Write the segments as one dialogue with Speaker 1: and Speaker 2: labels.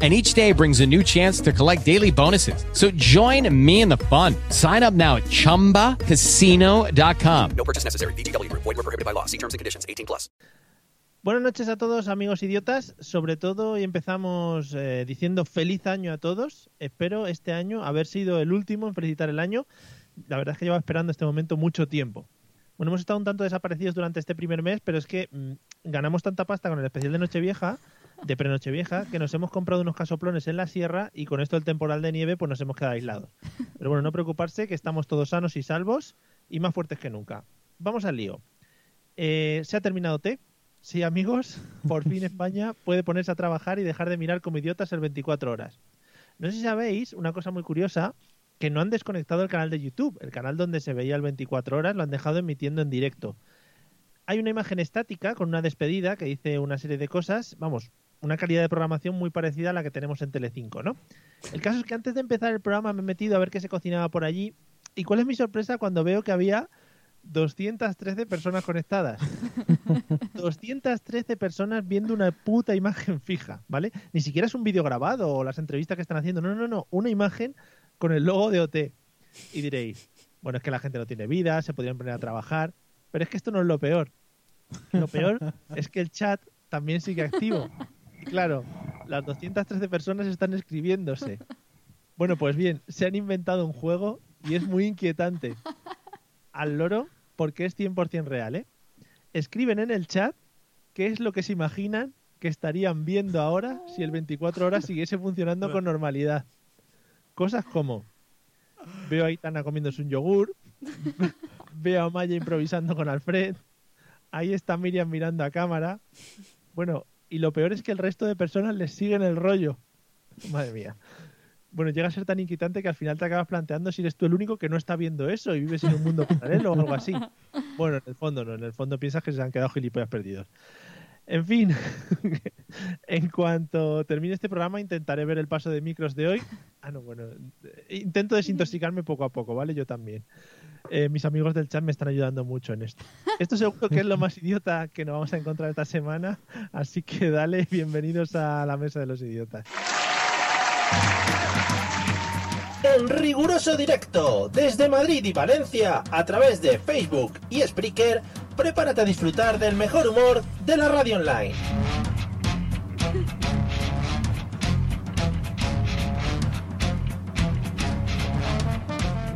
Speaker 1: And each day brings a new chance to collect daily bonuses. So join me in the fun. Sign up now at chumbacasino.com.
Speaker 2: No purchase necessary. VGW Group. Void were prohibited by law. See terms and conditions. 18 plus.
Speaker 3: Buenas noches a todos, amigos idiotas. Sobre todo, y empezamos eh, diciendo feliz año a todos. Espero este año haber sido el último en felicitar el año. La verdad es que llevo esperando este momento mucho tiempo. Bueno, hemos estado un tanto desaparecidos durante este primer mes, pero es que mm, ganamos tanta pasta con el especial de Nochevieja, de prenochevieja, que nos hemos comprado unos casoplones en la sierra y con esto el temporal de nieve pues nos hemos quedado aislados. Pero bueno, no preocuparse que estamos todos sanos y salvos y más fuertes que nunca. Vamos al lío. Eh, se ha terminado T. Sí, amigos, por fin España puede ponerse a trabajar y dejar de mirar como idiotas el 24 horas. No sé si sabéis una cosa muy curiosa, que no han desconectado el canal de YouTube, el canal donde se veía el 24 horas, lo han dejado emitiendo en directo. Hay una imagen estática con una despedida que dice una serie de cosas, vamos, una calidad de programación muy parecida a la que tenemos en Telecinco, ¿no? El caso es que antes de empezar el programa me he metido a ver qué se cocinaba por allí y cuál es mi sorpresa cuando veo que había 213 personas conectadas. 213 personas viendo una puta imagen fija, ¿vale? Ni siquiera es un vídeo grabado o las entrevistas que están haciendo. No, no, no. Una imagen con el logo de OT. Y diréis, bueno, es que la gente no tiene vida, se podrían poner a trabajar. Pero es que esto no es lo peor. Lo peor es que el chat también sigue activo. Y claro, las 213 personas están escribiéndose. Bueno, pues bien, se han inventado un juego y es muy inquietante al loro porque es 100% real, ¿eh? Escriben en el chat qué es lo que se imaginan que estarían viendo ahora si el 24 horas siguiese funcionando con normalidad. Cosas como veo a Itana comiéndose un yogur, veo a Maya improvisando con Alfred, ahí está Miriam mirando a cámara. Bueno, y lo peor es que el resto de personas les siguen el rollo. Madre mía. Bueno, llega a ser tan inquietante que al final te acabas planteando si eres tú el único que no está viendo eso y vives en un mundo paralelo o algo así. Bueno, en el fondo no, en el fondo piensas que se han quedado gilipollas perdidos. En fin, en cuanto termine este programa intentaré ver el paso de micros de hoy. Ah, no, bueno, eh, intento desintoxicarme poco a poco, ¿vale? Yo también. Eh, mis amigos del chat me están ayudando mucho en esto. Esto seguro que es lo más idiota que nos vamos a encontrar esta semana, así que dale, bienvenidos a la mesa de los idiotas.
Speaker 4: En riguroso directo, desde Madrid y Valencia, a través de Facebook y Spreaker, prepárate a disfrutar del mejor humor de la radio online.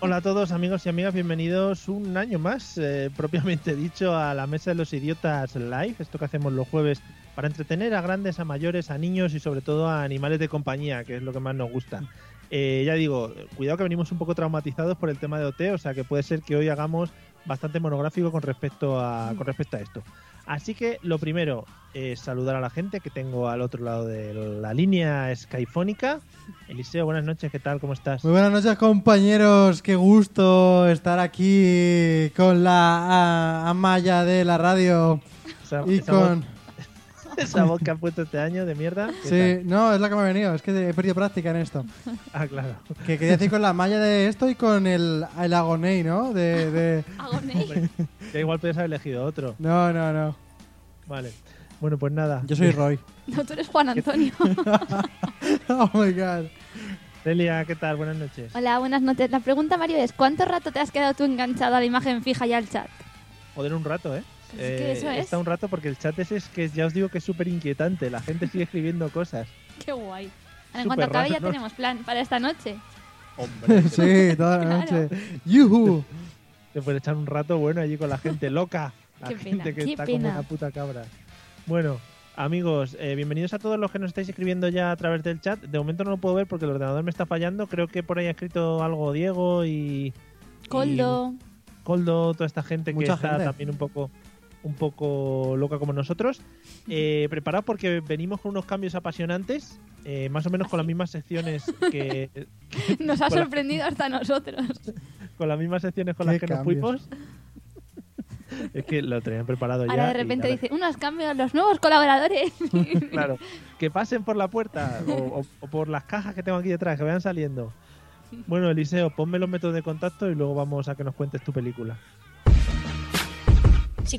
Speaker 3: Hola a todos amigos y amigas, bienvenidos un año más, eh, propiamente dicho, a la Mesa de los Idiotas Live, esto que hacemos los jueves para entretener a grandes, a mayores, a niños y sobre todo a animales de compañía, que es lo que más nos gusta. Eh, ya digo, cuidado que venimos un poco traumatizados por el tema de OT, o sea que puede ser que hoy hagamos bastante monográfico con respecto a, con respecto a esto. Así que lo primero es saludar a la gente que tengo al otro lado de la línea skyfónica. Eliseo, buenas noches, ¿qué tal? ¿Cómo estás?
Speaker 5: Muy buenas noches compañeros, qué gusto estar aquí con la ah, Amaya de la radio
Speaker 3: Esa-
Speaker 5: y
Speaker 3: esa voz-
Speaker 5: con...
Speaker 3: esa voz que han puesto este año de mierda. ¿qué
Speaker 5: Sí, no, es la que me ha venido, es que he perdido práctica en esto.
Speaker 3: tal? Ah, claro.
Speaker 5: Que quería decir con la Amaya de esto y con el, el Agoney, ¿no? De, de-
Speaker 3: Hombre, ya igual podías haber elegido otro.
Speaker 5: No, no, no.
Speaker 3: Vale. Bueno, pues nada.
Speaker 5: Yo soy Roy.
Speaker 6: No, tú eres Juan Antonio.
Speaker 5: oh my god.
Speaker 3: Celia, ¿qué tal? Buenas noches.
Speaker 6: Hola, buenas noches. La pregunta, Mario, es ¿cuánto rato te has quedado tú enganchado a la imagen fija y al chat?
Speaker 3: Joder, un rato, ¿eh?
Speaker 6: Pues es que eso es.
Speaker 3: Está un rato porque el chat ese es que ya os digo que es súper inquietante. La gente sigue escribiendo cosas.
Speaker 6: Qué guay. Ahora,
Speaker 3: Súper
Speaker 6: en cuanto acabe ya
Speaker 3: raro, ¿no?
Speaker 6: tenemos plan para esta noche.
Speaker 3: Hombre,
Speaker 5: Sí, toda la noche. Yuhu.
Speaker 3: te puedes echar un rato bueno allí con la gente loca. La
Speaker 6: Qué
Speaker 3: gente
Speaker 6: pena,
Speaker 3: que
Speaker 6: qué
Speaker 3: está como
Speaker 6: pena.
Speaker 3: una puta cabra. Bueno, Amigos, eh, bienvenidos a todos los que nos estáis escribiendo ya a través del chat. De momento no lo puedo ver porque el ordenador me está fallando. Creo que por ahí ha escrito algo Diego y
Speaker 6: Coldo.
Speaker 3: Coldo, toda esta gente
Speaker 5: Mucha
Speaker 3: que está
Speaker 5: gente.
Speaker 3: también un poco un poco loca como nosotros. Eh, preparaos porque venimos con unos cambios apasionantes, eh, más o menos con las mismas secciones que
Speaker 6: Nos ha
Speaker 3: Hola.
Speaker 6: sorprendido hasta nosotros.
Speaker 3: con las mismas secciones con
Speaker 5: Qué
Speaker 3: las que
Speaker 5: cambios.
Speaker 3: nos fuimos. es que lo tenían preparado ya.
Speaker 6: Ahora de
Speaker 3: y
Speaker 6: repente
Speaker 3: ahora-
Speaker 6: dice, unos cambios, los nuevos colaboradores.
Speaker 3: Claro, que pasen por la puerta o, o- o por las cajas que tengo aquí detrás, que vayan saliendo. Bueno, Eliseo, ponme los métodos de contacto y luego vamos a que nos cuentes tu película.
Speaker 7: Si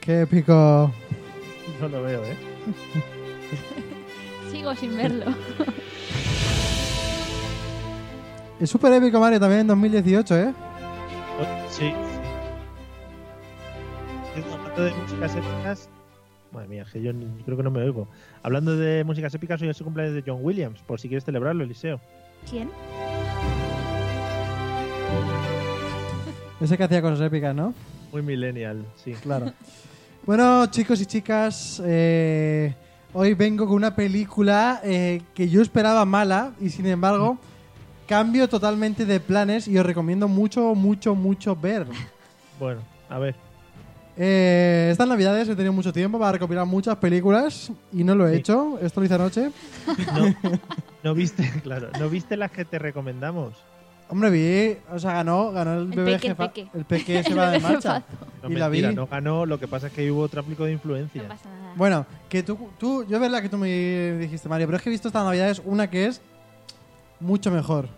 Speaker 5: Qué épico.
Speaker 3: No lo veo, ¿eh?
Speaker 6: Sigo sin verlo.
Speaker 5: Es súper épico Mario también en 2018, ¿eh?
Speaker 3: Oh, Sí. Es un momento de músicas épicas. Madre mía, que yo ni- creo que no me oigo. Hablando de músicas épicas, hoy es el cumpleaños de John Williams, por si quieres celebrarlo, Eliseo.
Speaker 6: ¿Quién?
Speaker 5: Ese que hacía cosas épicas, ¿no?
Speaker 3: Muy millennial, sí.
Speaker 5: Claro. bueno, chicos y chicas, eh, hoy vengo con una película eh, que yo esperaba mala y sin embargo cambio totalmente de planes y os recomiendo mucho, mucho, mucho ver.
Speaker 3: Bueno, a ver.
Speaker 5: Eh, estas navidades he tenido mucho tiempo para recopilar muchas películas y no lo he
Speaker 3: Sí.
Speaker 5: hecho. Esto lo hice anoche.
Speaker 3: No, no viste, claro, no viste las que te recomendamos.
Speaker 5: Hombre, vi, o sea, ganó, ganó el,
Speaker 6: El
Speaker 5: bebé
Speaker 6: peque, el
Speaker 5: jefa-
Speaker 6: peque.
Speaker 5: El peque se
Speaker 6: El
Speaker 5: va de
Speaker 6: bebé
Speaker 5: marcha.
Speaker 3: No,
Speaker 5: Y la
Speaker 3: mentira,
Speaker 5: vi.
Speaker 3: no ganó, lo que pasa es que hubo tráfico de
Speaker 6: No
Speaker 3: influencia.
Speaker 6: pasa nada.
Speaker 5: Bueno, que tú, tú, yo es verdad que tú me dijiste, Mario, pero es que he visto estas navidades una que es mucho mejor.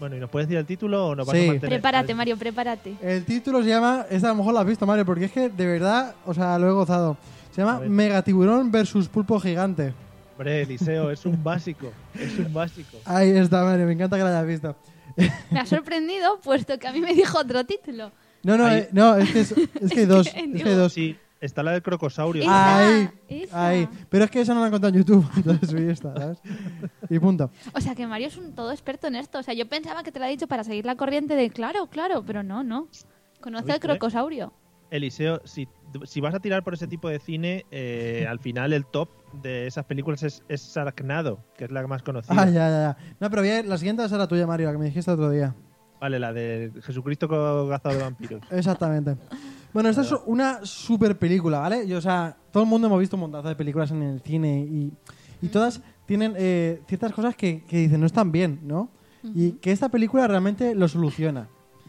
Speaker 3: Bueno, ¿y nos puedes decir el título o nos vas
Speaker 5: Sí.
Speaker 3: a mantener?
Speaker 6: prepárate, Mario, prepárate.
Speaker 5: El título se llama, esta a lo mejor la has visto, Mario, porque es que de verdad, o sea, lo he gozado. Se
Speaker 3: A
Speaker 5: llama
Speaker 3: ver.
Speaker 5: Megatiburón versus Pulpo Gigante.
Speaker 3: Hombre, Eliseo, es un básico, es un básico.
Speaker 5: Ahí está, Mario, me encanta que la hayas visto.
Speaker 6: Me ha sorprendido, puesto que a mí me dijo otro título.
Speaker 5: No, no,
Speaker 3: Ahí.
Speaker 5: eh, no, es que, es, es que hay dos. Es que hay dos.
Speaker 3: Sí, está la del crocosaurio.
Speaker 6: Esa,
Speaker 5: Ahí,
Speaker 6: esa.
Speaker 5: ahí. Pero es que esa no la he encontrado en YouTube, entonces subí esta, ¿sabes? Y punto.
Speaker 6: O sea que Mario es un todo experto en esto. O sea, yo pensaba que te lo ha dicho para seguir la corriente de claro, claro, pero no, no. Conoce
Speaker 3: ¿Lo
Speaker 6: al
Speaker 3: viste, eh?
Speaker 6: crocosaurio.
Speaker 3: Eliseo, si, si vas a tirar por ese tipo de cine, eh, al final el top de esas películas es, es Sharknado, que es la más conocida.
Speaker 5: Ah, ya, ya, ya. No, pero voy a- la siguiente será tuya, Mario, la que me dijiste otro día.
Speaker 3: Vale, la de Jesucristo cazado de vampiros.
Speaker 5: Exactamente. Bueno, esta es una super película, ¿vale? Y, o sea, todo el mundo hemos visto un montazo de películas en el cine y, y todas tienen eh, ciertas cosas que, que dicen no están bien, ¿no? Y que esta película realmente lo soluciona.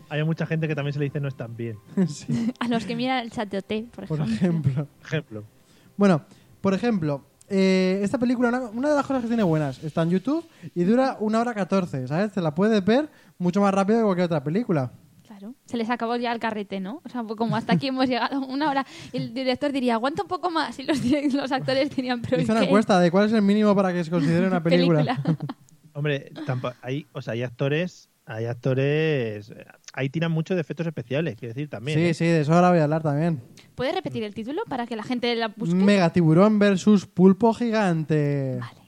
Speaker 3: Hay mucha gente que también se le dice no es tan bien.
Speaker 5: Sí,
Speaker 6: A los que miran el chat de OT, por
Speaker 5: por
Speaker 6: ejemplo.
Speaker 5: ejemplo.
Speaker 3: Ejemplo.
Speaker 5: Bueno, por ejemplo, eh, esta película, una, una de las cosas que tiene buenas, está en YouTube y dura una hora 14, ¿sabes? Te la puedes ver mucho más rápido que cualquier otra película.
Speaker 6: Claro. Se les acabó ya el carrete, ¿no? O sea, pues como hasta aquí hemos llegado una hora. El director diría, aguanta un poco más. Y los, direc- los actores dirían, pero.
Speaker 5: Hice
Speaker 6: ¿y
Speaker 5: una
Speaker 6: qué?
Speaker 5: encuesta de cuál es el mínimo para que se considere una película.
Speaker 3: Hombre, tampa- hay, o sea, hay actores, hay actores, eh, ahí tiran mucho de efectos especiales, quiero decir, también.
Speaker 5: Sí,
Speaker 3: ¿eh?
Speaker 5: sí, de eso ahora voy a hablar también.
Speaker 6: ¿Puedes repetir el título para que la gente la busque?
Speaker 5: Mega tiburón versus pulpo gigante.
Speaker 6: Vale.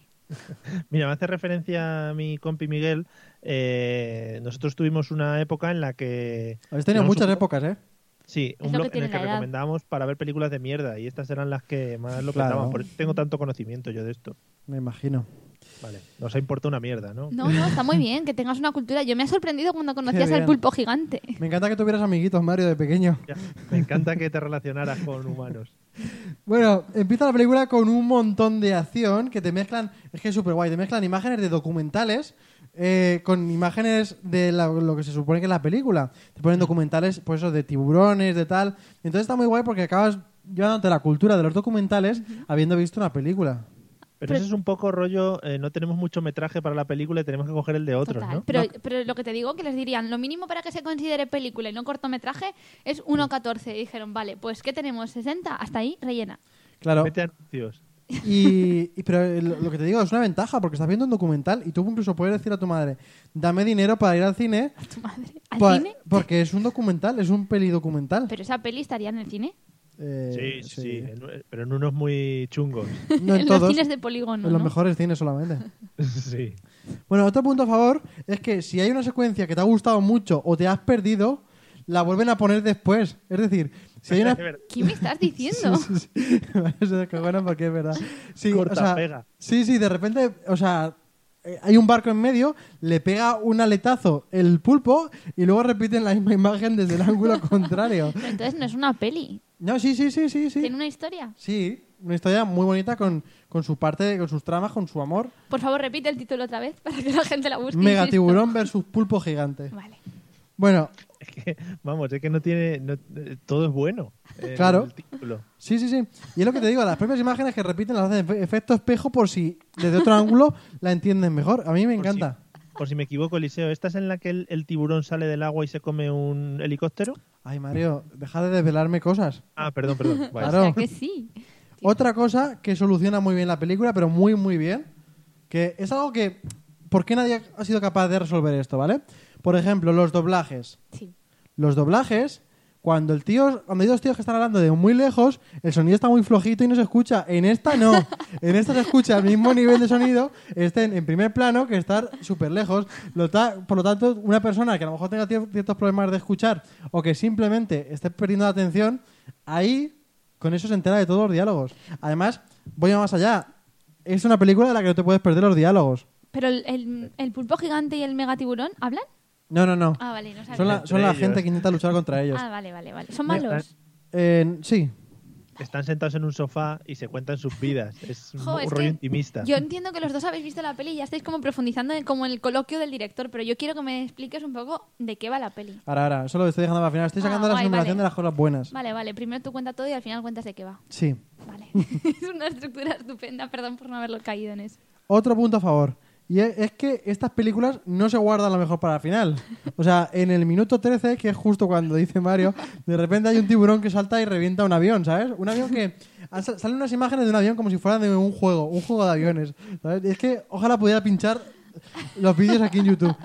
Speaker 3: Mira, me hace referencia a mi compi Miguel. eh, nosotros tuvimos una época en la que
Speaker 5: Habéis tenido
Speaker 3: Tenemos
Speaker 5: muchas
Speaker 3: un-
Speaker 5: épocas, ¿eh?
Speaker 3: Sí,
Speaker 6: Es
Speaker 3: un
Speaker 6: lo
Speaker 3: blog
Speaker 6: que
Speaker 3: en
Speaker 6: tiene
Speaker 3: el que
Speaker 6: la edad.
Speaker 3: recomendábamos para ver películas de mierda y estas eran las que más lo
Speaker 5: Claro.
Speaker 3: petaban. Por eso tengo tanto conocimiento yo de esto.
Speaker 5: Me imagino.
Speaker 3: Vale, nos ha importado una mierda, ¿no?
Speaker 6: No, no, está muy bien que tengas una cultura. Yo me ha sorprendido cuando conocías al
Speaker 5: bien.
Speaker 6: pulpo gigante.
Speaker 5: Me encanta que tuvieras amiguitos, Mario, de pequeño.
Speaker 3: Ya, me encanta que te relacionaras con humanos.
Speaker 5: Bueno, empieza la película con un montón de acción que te mezclan, es que es súper guay, te mezclan imágenes de documentales eh, con imágenes de la- lo que se supone que es la película. Te ponen documentales, pues eso, de tiburones, de tal. Entonces está muy guay porque acabas llevándote la cultura de los documentales habiendo visto una película.
Speaker 3: Pero eso es un poco rollo, eh, no tenemos mucho metraje para la película y tenemos que coger el de otros,
Speaker 6: Total.
Speaker 3: ¿no?
Speaker 6: Pero, pero lo que te digo que les dirían, lo mínimo para que se considere película y no cortometraje es 1.14. Y dijeron, vale, pues ¿qué tenemos? ¿60? Hasta ahí, rellena.
Speaker 5: Claro.
Speaker 3: Vete a anuncios.
Speaker 5: Y, y- pero eh, lo, lo que te digo es una ventaja porque estás viendo un documental y tú incluso puedes decir a tu madre, dame dinero para ir al cine,
Speaker 6: Tu madre. ¿Al
Speaker 5: pa-
Speaker 6: cine?
Speaker 5: porque es un documental, es un peli documental.
Speaker 6: Pero esa peli estaría en el cine.
Speaker 5: Eh,
Speaker 3: Sí, sí, sí, en- pero en unos muy chungos.
Speaker 5: No en,
Speaker 6: en
Speaker 5: todos,
Speaker 6: los cines de polígono.
Speaker 5: en los
Speaker 6: ¿no?
Speaker 5: mejores cines solamente.
Speaker 3: sí.
Speaker 5: Bueno, otro punto a favor es que si hay una secuencia que te ha gustado mucho o te has perdido, la vuelven a poner después. Es decir, si hay una...
Speaker 3: De verdad.
Speaker 6: ¿Qué me estás diciendo?
Speaker 5: Sí, sí, sí. Eso es que bueno, porque es verdad. Sí,
Speaker 3: Corta,
Speaker 5: o sea,
Speaker 3: pega.
Speaker 5: Sí, sí, de repente, o sea, eh, hay un barco en medio, le pega un aletazo el pulpo y luego repiten la misma imagen desde el ángulo contrario.
Speaker 6: Pero Entonces no es una peli.
Speaker 5: No, sí, sí, sí, sí, sí.
Speaker 6: ¿Tiene una historia?
Speaker 5: Sí, una historia muy bonita con, con su parte, con sus tramas, con su amor.
Speaker 6: Por favor, repite el título otra vez para que la gente la busque.
Speaker 5: Mega
Speaker 6: insisto.
Speaker 5: tiburón versus pulpo gigante.
Speaker 6: Vale.
Speaker 5: Bueno,
Speaker 3: Es que, vamos, es que no tiene. no- eh, todo es bueno. en
Speaker 5: Claro.
Speaker 3: el título.
Speaker 5: sí, sí, sí. Y es lo que te digo, las propias imágenes que repiten las hacen efe- efecto espejo por si desde otro ángulo la entiendes mejor. A mí me
Speaker 3: Por
Speaker 5: encanta.
Speaker 3: si- Por si me equivoco, Eliseo, ¿esta es en la que el, el tiburón sale del agua y se come un helicóptero?
Speaker 5: Ay, Mario, deja de desvelarme cosas.
Speaker 3: Ah, perdón, perdón. Vale.
Speaker 5: Claro.
Speaker 6: O sea que sí.
Speaker 5: Otra cosa que soluciona muy bien la película, pero muy, muy bien, que es algo que... ¿Por qué nadie ha sido capaz de resolver esto, ¿vale? Por ejemplo, los doblajes.
Speaker 6: Sí.
Speaker 5: Los doblajes, cuando el tío, cuando hay dos tíos que están hablando de muy lejos, el sonido está muy flojito y no se escucha. En esta no. En esta se escucha al mismo nivel de sonido, estén en primer plano que estar súper lejos. Lo ta- por lo tanto, una persona que a lo mejor tenga tie- ciertos problemas de escuchar o que simplemente esté perdiendo la atención, ahí con eso se entera de todos los diálogos. Además, voy más allá. Es una película de la que no te puedes perder los diálogos.
Speaker 6: Pero el, el- el pulpo gigante y el mega tiburón hablan.
Speaker 5: No, no, no.
Speaker 6: Ah, vale, no sabía.
Speaker 5: Son la, son la
Speaker 3: Entre ellos.
Speaker 5: gente que intenta luchar contra ellos.
Speaker 6: Ah, vale, vale, vale. Son
Speaker 5: Me-
Speaker 6: malos.
Speaker 5: Eh, sí,
Speaker 3: Están sentados en un sofá y se cuentan sus vidas. Es un
Speaker 6: Jo, es
Speaker 3: rollo
Speaker 6: que
Speaker 3: intimista.
Speaker 6: Yo entiendo que los dos habéis visto la peli y ya estáis como profundizando en, como en el coloquio del director, pero yo quiero que me expliques un poco de qué va la peli.
Speaker 5: Ahora, ahora, solo estoy dejando para el final. Estoy
Speaker 6: Ah,
Speaker 5: sacando la
Speaker 6: guay,
Speaker 5: simulación
Speaker 6: vale.
Speaker 5: de las cosas buenas.
Speaker 6: Vale, vale. Primero tú cuenta todo y al final cuentas de qué va.
Speaker 5: Sí.
Speaker 6: Vale. es una estructura estupenda. Perdón por no haberlo caído en eso.
Speaker 5: Otro punto a favor. Y e- es que estas películas no se guardan lo mejor para el final. O sea, en el minuto 13, que es justo cuando dice Mario, de repente hay un tiburón que salta y revienta un avión, ¿sabes? Un avión que... han sal- Salen unas imágenes de un avión como si fuera de un juego, un juego de aviones. ¿sabes? Y es que ojalá pudiera pinchar los vídeos aquí en YouTube.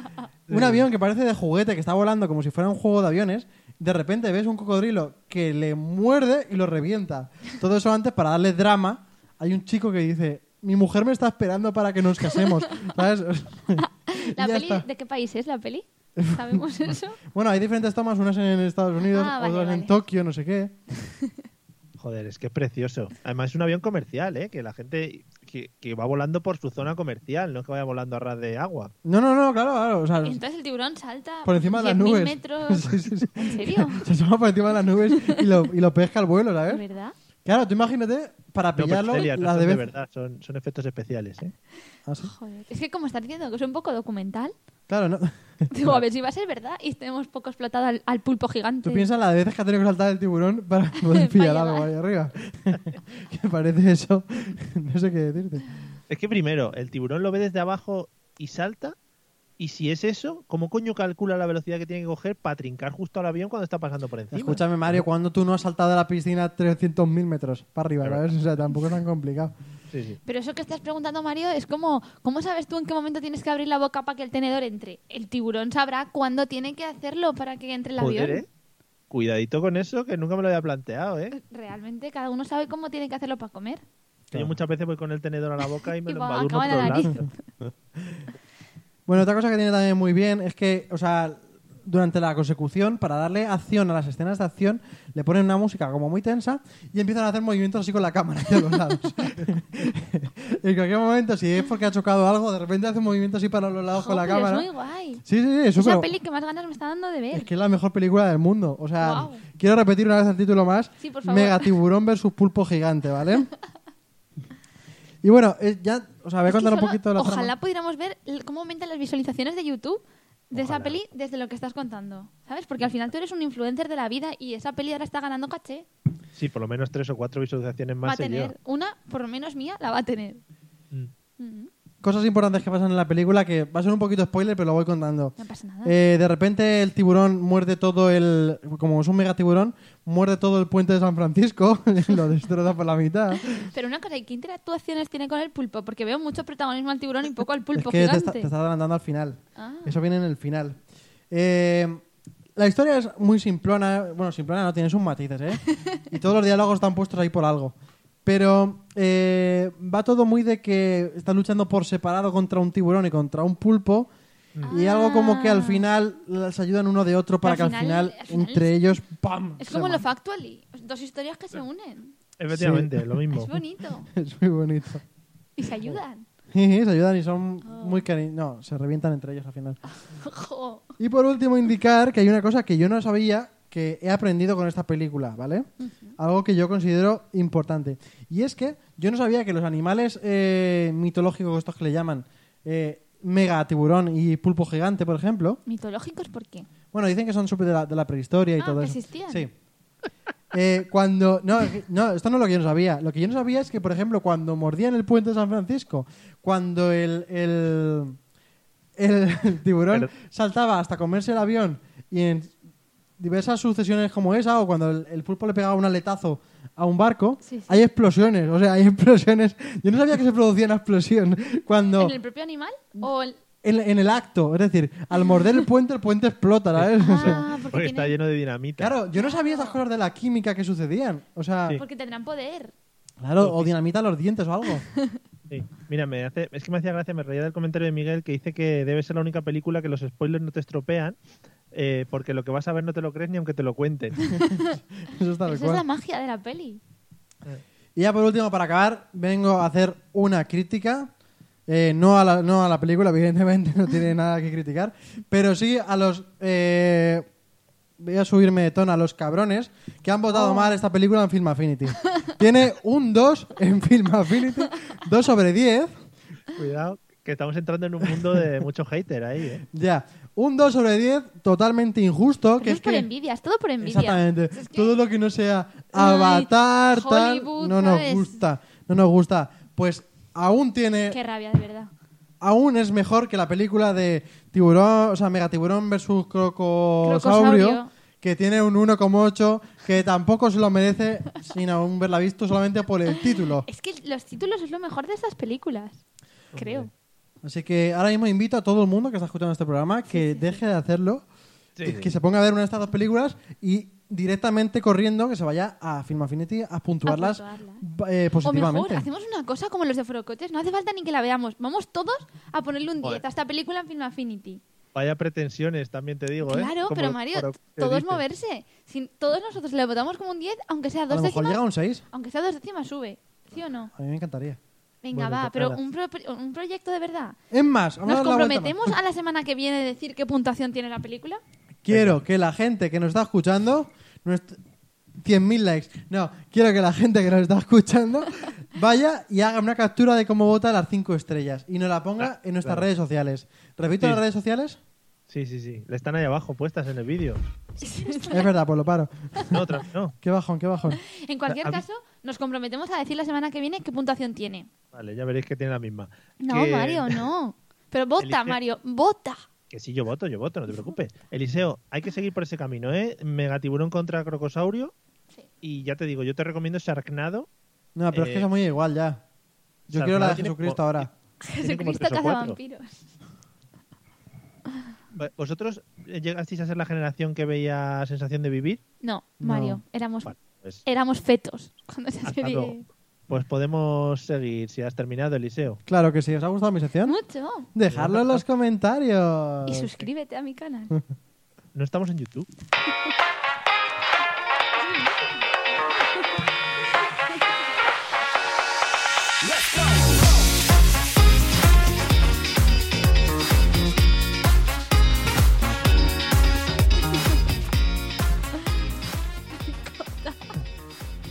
Speaker 5: Un avión que parece de juguete, que está volando como si fuera un juego de aviones, de repente ves un cocodrilo que le muerde y lo revienta. Todo eso antes para darle drama. Hay un chico que dice, mi mujer me está esperando para que nos casemos. ¿Sabes? Y
Speaker 6: ¿La
Speaker 5: ya
Speaker 6: peli
Speaker 5: está.
Speaker 6: de qué país es la peli? ¿Sabemos eso?
Speaker 5: Bueno, hay diferentes tomas, unas en Estados Unidos,
Speaker 6: Ah, vale,
Speaker 5: otras en
Speaker 6: vale.
Speaker 5: Tokio, no sé qué.
Speaker 3: Joder, es que es precioso. Además, es un avión comercial, ¿eh? Que la gente. Que, que va volando por su zona comercial, no es que vaya volando a ras de agua.
Speaker 5: No, no, no, claro, claro. o sea,
Speaker 6: Entonces el tiburón salta
Speaker 5: por encima de las
Speaker 6: 10.000
Speaker 5: nubes.
Speaker 6: metros.
Speaker 5: Sí, sí, sí.
Speaker 6: ¿En serio?
Speaker 5: Se asoma por encima de las nubes y lo, y lo pesca al vuelo, ¿sabes?
Speaker 6: ¿Verdad?
Speaker 5: Claro, tú imagínate, para
Speaker 3: No, pero
Speaker 5: pillarlo,
Speaker 3: Celia, no
Speaker 5: las
Speaker 3: son de
Speaker 5: de vez-
Speaker 3: verdad, son, son efectos especiales, ¿eh?
Speaker 5: Ah, sí.
Speaker 6: Joder. Es que como estás diciendo que es un poco documental,
Speaker 5: Claro, no.
Speaker 6: digo, a ver si va a ser verdad y tenemos poco explotado al, al pulpo gigante.
Speaker 5: Tú piensas la vez que ha tenido que saltar el tiburón para poder
Speaker 6: Para
Speaker 5: pillar
Speaker 6: llevar.
Speaker 5: algo ahí arriba. que parece eso. no sé qué decirte.
Speaker 3: Es que primero, el tiburón lo ve desde abajo y salta. Y si es eso, ¿cómo coño calcula la velocidad que tiene que coger para trincar justo al avión cuando está pasando por encima?
Speaker 5: Escúchame, Mario, cuando tú no has saltado de la piscina 300.000 metros para arriba,
Speaker 3: Claro.
Speaker 5: ¿sabes? O sea, tampoco es tan complicado.
Speaker 3: Sí, sí.
Speaker 6: Pero eso que estás preguntando, Mario, es como, ¿cómo sabes tú en qué momento tienes que abrir la boca para que el tenedor entre? El tiburón sabrá cuándo tiene que hacerlo para que entre el
Speaker 3: Joder,
Speaker 6: avión.
Speaker 3: ¿eh? Cuidadito con eso, que nunca me lo había planteado, ¿eh?
Speaker 6: Realmente cada uno sabe cómo tiene que hacerlo para comer.
Speaker 3: Que Yo muchas veces voy con el tenedor a la boca y me
Speaker 6: Y
Speaker 3: lo
Speaker 6: va,
Speaker 3: embadurno
Speaker 6: Eh, acaba en la
Speaker 3: por los
Speaker 6: nariz.
Speaker 3: lados.
Speaker 5: Bueno, otra cosa que tiene también muy bien es que, o sea, durante la consecución, para darle acción a las escenas de acción, le ponen una música como muy tensa y empiezan a hacer movimientos así con la cámara hacia los lados. en cualquier momento, si es porque ha chocado algo, de repente hace un movimiento así para los lados
Speaker 6: Jo,
Speaker 5: con la
Speaker 6: pero
Speaker 5: cámara.
Speaker 6: Es muy guay.
Speaker 5: Sí, sí, sí, es
Speaker 6: Es la
Speaker 5: súper-
Speaker 6: peli que más ganas me está dando de ver.
Speaker 5: Es que es la mejor película del mundo. O sea,
Speaker 6: Guau.
Speaker 5: quiero repetir una vez el título más.
Speaker 6: Sí, por favor.
Speaker 5: Mega tiburón versus pulpo gigante, ¿vale? y bueno, eh, ya os voy a
Speaker 6: Es que
Speaker 5: contar un
Speaker 6: solo-
Speaker 5: poquito la
Speaker 6: Ojalá
Speaker 5: trama.
Speaker 6: pudiéramos ver el- cómo aumentan las visualizaciones de YouTube de esa peli desde lo que estás contando. ¿Sabes? Porque al final tú eres un influencer de la vida y esa peli ahora está ganando caché.
Speaker 3: Sí, por lo menos tres o cuatro visualizaciones
Speaker 6: va
Speaker 3: más
Speaker 6: a
Speaker 3: seguido.
Speaker 6: tener una, por lo menos mía, la va a tener.
Speaker 3: Mm.
Speaker 6: Mm.
Speaker 5: cosas importantes que pasan en la película que va a ser un poquito spoiler, pero lo voy contando.
Speaker 6: No pasa nada.
Speaker 5: Eh, de repente el tiburón muerde todo el. Como es un mega tiburón, muerde todo el puente de San Francisco, lo destroza por la mitad.
Speaker 6: Pero una cosa, ¿y qué interactuaciones tiene con el pulpo? Porque veo mucho protagonismo al tiburón y poco al
Speaker 5: Es
Speaker 6: pulpo
Speaker 5: que te,
Speaker 6: gigante.
Speaker 5: está, te está adelantando al final.
Speaker 6: Ah.
Speaker 5: Eso viene en el final. Eh, la historia es muy simplona. Bueno, simplona no, tiene sus matices, ¿eh? y todos los diálogos están puestos ahí por algo. Pero eh, va todo muy de que están luchando por separado contra un tiburón y contra un pulpo. Y algo como que al final las ayudan uno de otro para que
Speaker 6: Pero
Speaker 5: al
Speaker 6: Ah. al
Speaker 5: final,
Speaker 6: final- al final
Speaker 5: entre
Speaker 6: es-
Speaker 5: ellos, ¡pam!
Speaker 6: Es
Speaker 5: se
Speaker 6: como
Speaker 5: van.
Speaker 6: lo factually, dos historias que se unen.
Speaker 3: Efectivamente, lo mismo.
Speaker 6: Es bonito.
Speaker 5: Es muy bonito.
Speaker 6: Y se ayudan.
Speaker 5: se ayudan y son
Speaker 6: Oh.
Speaker 5: muy cari... No, se revientan entre ellos al final.
Speaker 6: Jo.
Speaker 5: Y por último, indicar que hay una cosa que yo no sabía que he aprendido con esta película, ¿vale? Algo que yo considero importante. Y es que yo no sabía que los animales eh, mitológicos, estos que le llaman eh, mega tiburón y pulpo gigante, por ejemplo,
Speaker 6: ¿Mitológicos por qué?
Speaker 5: bueno, dicen que son súper de la, de la prehistoria y
Speaker 6: Ah,
Speaker 5: todo
Speaker 6: que
Speaker 5: eso.
Speaker 6: existían.
Speaker 5: Sí. Eh, cuando. No, es que- no, esto no es lo que yo no sabía. Lo que yo no sabía es que, por ejemplo, cuando mordían el puente de San Francisco, cuando el. el, el- el tiburón
Speaker 3: Pero-
Speaker 5: saltaba hasta comerse el avión y en diversas sucesiones como esa, o cuando el, el pulpo le pegaba un aletazo a un barco,
Speaker 6: Sí, sí.
Speaker 5: hay explosiones. O sea, hay explosiones. Yo no sabía que se producía una explosión. Cuando
Speaker 6: ¿En el propio animal? ¿O el...
Speaker 5: en, en el acto. Es decir, al morder el puente, el puente explota, ¿sabes? O sea,
Speaker 6: Ah, porque,
Speaker 3: Porque está
Speaker 6: tienen-
Speaker 3: lleno de dinamita.
Speaker 5: Claro, yo no sabía esas cosas de la química que sucedían. O sea,
Speaker 3: Sí.
Speaker 6: porque tendrán poder.
Speaker 5: claro, o dinamita los dientes o algo.
Speaker 3: Sí. Mira, me hace, es que me hacía gracia, me reía del comentario de Miguel que dice que debe ser la única película que los spoilers no te estropean, eh, porque lo que vas a ver no te lo crees ni aunque te lo cuenten.
Speaker 5: Eso es tal
Speaker 6: Esa es
Speaker 5: cual.
Speaker 6: la magia de la peli.
Speaker 5: Y ya por último, para acabar, vengo a hacer una crítica. Eh, no, a la, no a la película, evidentemente no tiene nada que criticar. Pero sí a los. eh, voy a subirme de tono a los cabrones que han votado mal esta película en Film Affinity. tiene un 2 en Film Affinity, 2 sobre 10.
Speaker 3: Cuidado, que estamos entrando en un mundo de mucho hater ahí, ¿eh?
Speaker 5: Ya, un 2 sobre 10 totalmente injusto.
Speaker 6: Pero
Speaker 5: que
Speaker 6: es,
Speaker 5: es
Speaker 6: por
Speaker 5: que,
Speaker 6: envidia, es todo por envidia. Pues
Speaker 5: Exactamente.
Speaker 6: Es que-
Speaker 5: Todo lo que no sea Avatar, tal,
Speaker 6: Hollywood,
Speaker 5: no nos
Speaker 6: ¿sabes?
Speaker 5: gusta. No nos gusta. Pues aún
Speaker 6: Qué
Speaker 5: tiene,
Speaker 6: rabia, de verdad.
Speaker 5: aún es mejor que la película de Tiburón, o sea, Mega Tiburón versus Crocosaurio,
Speaker 6: Crocosaurio.
Speaker 5: que tiene un 1,8, que tampoco se lo merece sin aún verla visto solamente por el título.
Speaker 6: Es que los títulos es lo mejor de estas películas. Creo.
Speaker 5: Así que ahora mismo invito a todo el mundo que está escuchando este programa que deje de hacerlo, que, que se ponga a ver una de estas dos películas y directamente corriendo que se vaya a Film Affinity a puntuarlas
Speaker 6: puntuarla.
Speaker 5: ba- eh,
Speaker 6: O mejor,
Speaker 5: positivamente.
Speaker 6: hacemos una cosa como los de Forocoches. No hace falta ni que la veamos. Vamos todos a ponerle un 10 a esta película en Film Affinity.
Speaker 3: Vaya pretensiones, también te digo, ¿eh?
Speaker 6: Claro,
Speaker 3: Como
Speaker 6: pero Mario,
Speaker 3: por- te
Speaker 6: todos
Speaker 3: dice.
Speaker 6: moverse. Si todos nosotros le votamos como un 10, aunque sea
Speaker 5: a
Speaker 6: dos
Speaker 5: lo mejor
Speaker 6: décimas,
Speaker 5: llega a un 6.
Speaker 6: aunque sea dos décimas sube. ¿Sí o no?
Speaker 5: A mí me encantaría.
Speaker 6: Venga,
Speaker 3: Bueno,
Speaker 6: va,
Speaker 3: pues
Speaker 6: pero
Speaker 3: nada.
Speaker 6: un, pro- un proyecto de verdad.
Speaker 5: Es más, vamos a
Speaker 6: ¿Nos
Speaker 5: dar la vuelta más.
Speaker 6: comprometemos a la semana que viene decir qué puntuación tiene la película?
Speaker 5: Quiero que la gente que nos está escuchando, nuestro- 100.000 likes. No, quiero que la gente que nos está escuchando vaya y haga una captura de cómo vota las 5 estrellas y nos la
Speaker 6: Ah,
Speaker 5: ponga en nuestras redes sociales. Repito
Speaker 3: Sí.
Speaker 5: las redes sociales.
Speaker 3: Sí, sí, sí. Le están ahí abajo puestas en el vídeo.
Speaker 5: Es verdad, pues lo paro.
Speaker 3: No, otra, no.
Speaker 5: Qué bajón, qué bajón.
Speaker 6: En cualquier
Speaker 3: A mí-
Speaker 6: caso, nos comprometemos a decir la semana que viene qué puntuación tiene.
Speaker 3: Vale, ya veréis que tiene la misma.
Speaker 6: No,
Speaker 3: Que-
Speaker 6: Mario, no. Pero vota,
Speaker 3: Elige-
Speaker 6: Mario, vota.
Speaker 3: Que sí, yo voto, yo voto, no te preocupes. Eliseo, hay que seguir por ese camino, ¿eh? Megatiburón contra Crocosaurio. Y ya te digo, yo te recomiendo Sharknado.
Speaker 5: No, pero es que
Speaker 3: Eh,
Speaker 5: eso es muy igual ya. Yo
Speaker 3: Sarnado
Speaker 5: quiero la de
Speaker 3: tiene
Speaker 5: Jesucristo
Speaker 3: po-
Speaker 5: ahora.
Speaker 3: Tiene como
Speaker 6: Jesucristo
Speaker 3: tres o cuatro.
Speaker 6: cazavampiros.
Speaker 3: Va- ¿Vosotros eh, llegasteis a ser la generación que veía Sensación de Vivir?
Speaker 6: No, Mario, éramos,
Speaker 3: Vale, pues,
Speaker 6: éramos fetos cuando esa
Speaker 3: hasta
Speaker 6: serie...
Speaker 3: luego. Pues podemos seguir si has terminado, Eliseo.
Speaker 5: Claro que sí, ¿os ha gustado mi sección?
Speaker 6: Mucho.
Speaker 5: Dejadlo en los comentarios.
Speaker 6: Y suscríbete a mi canal.
Speaker 3: No estamos en YouTube.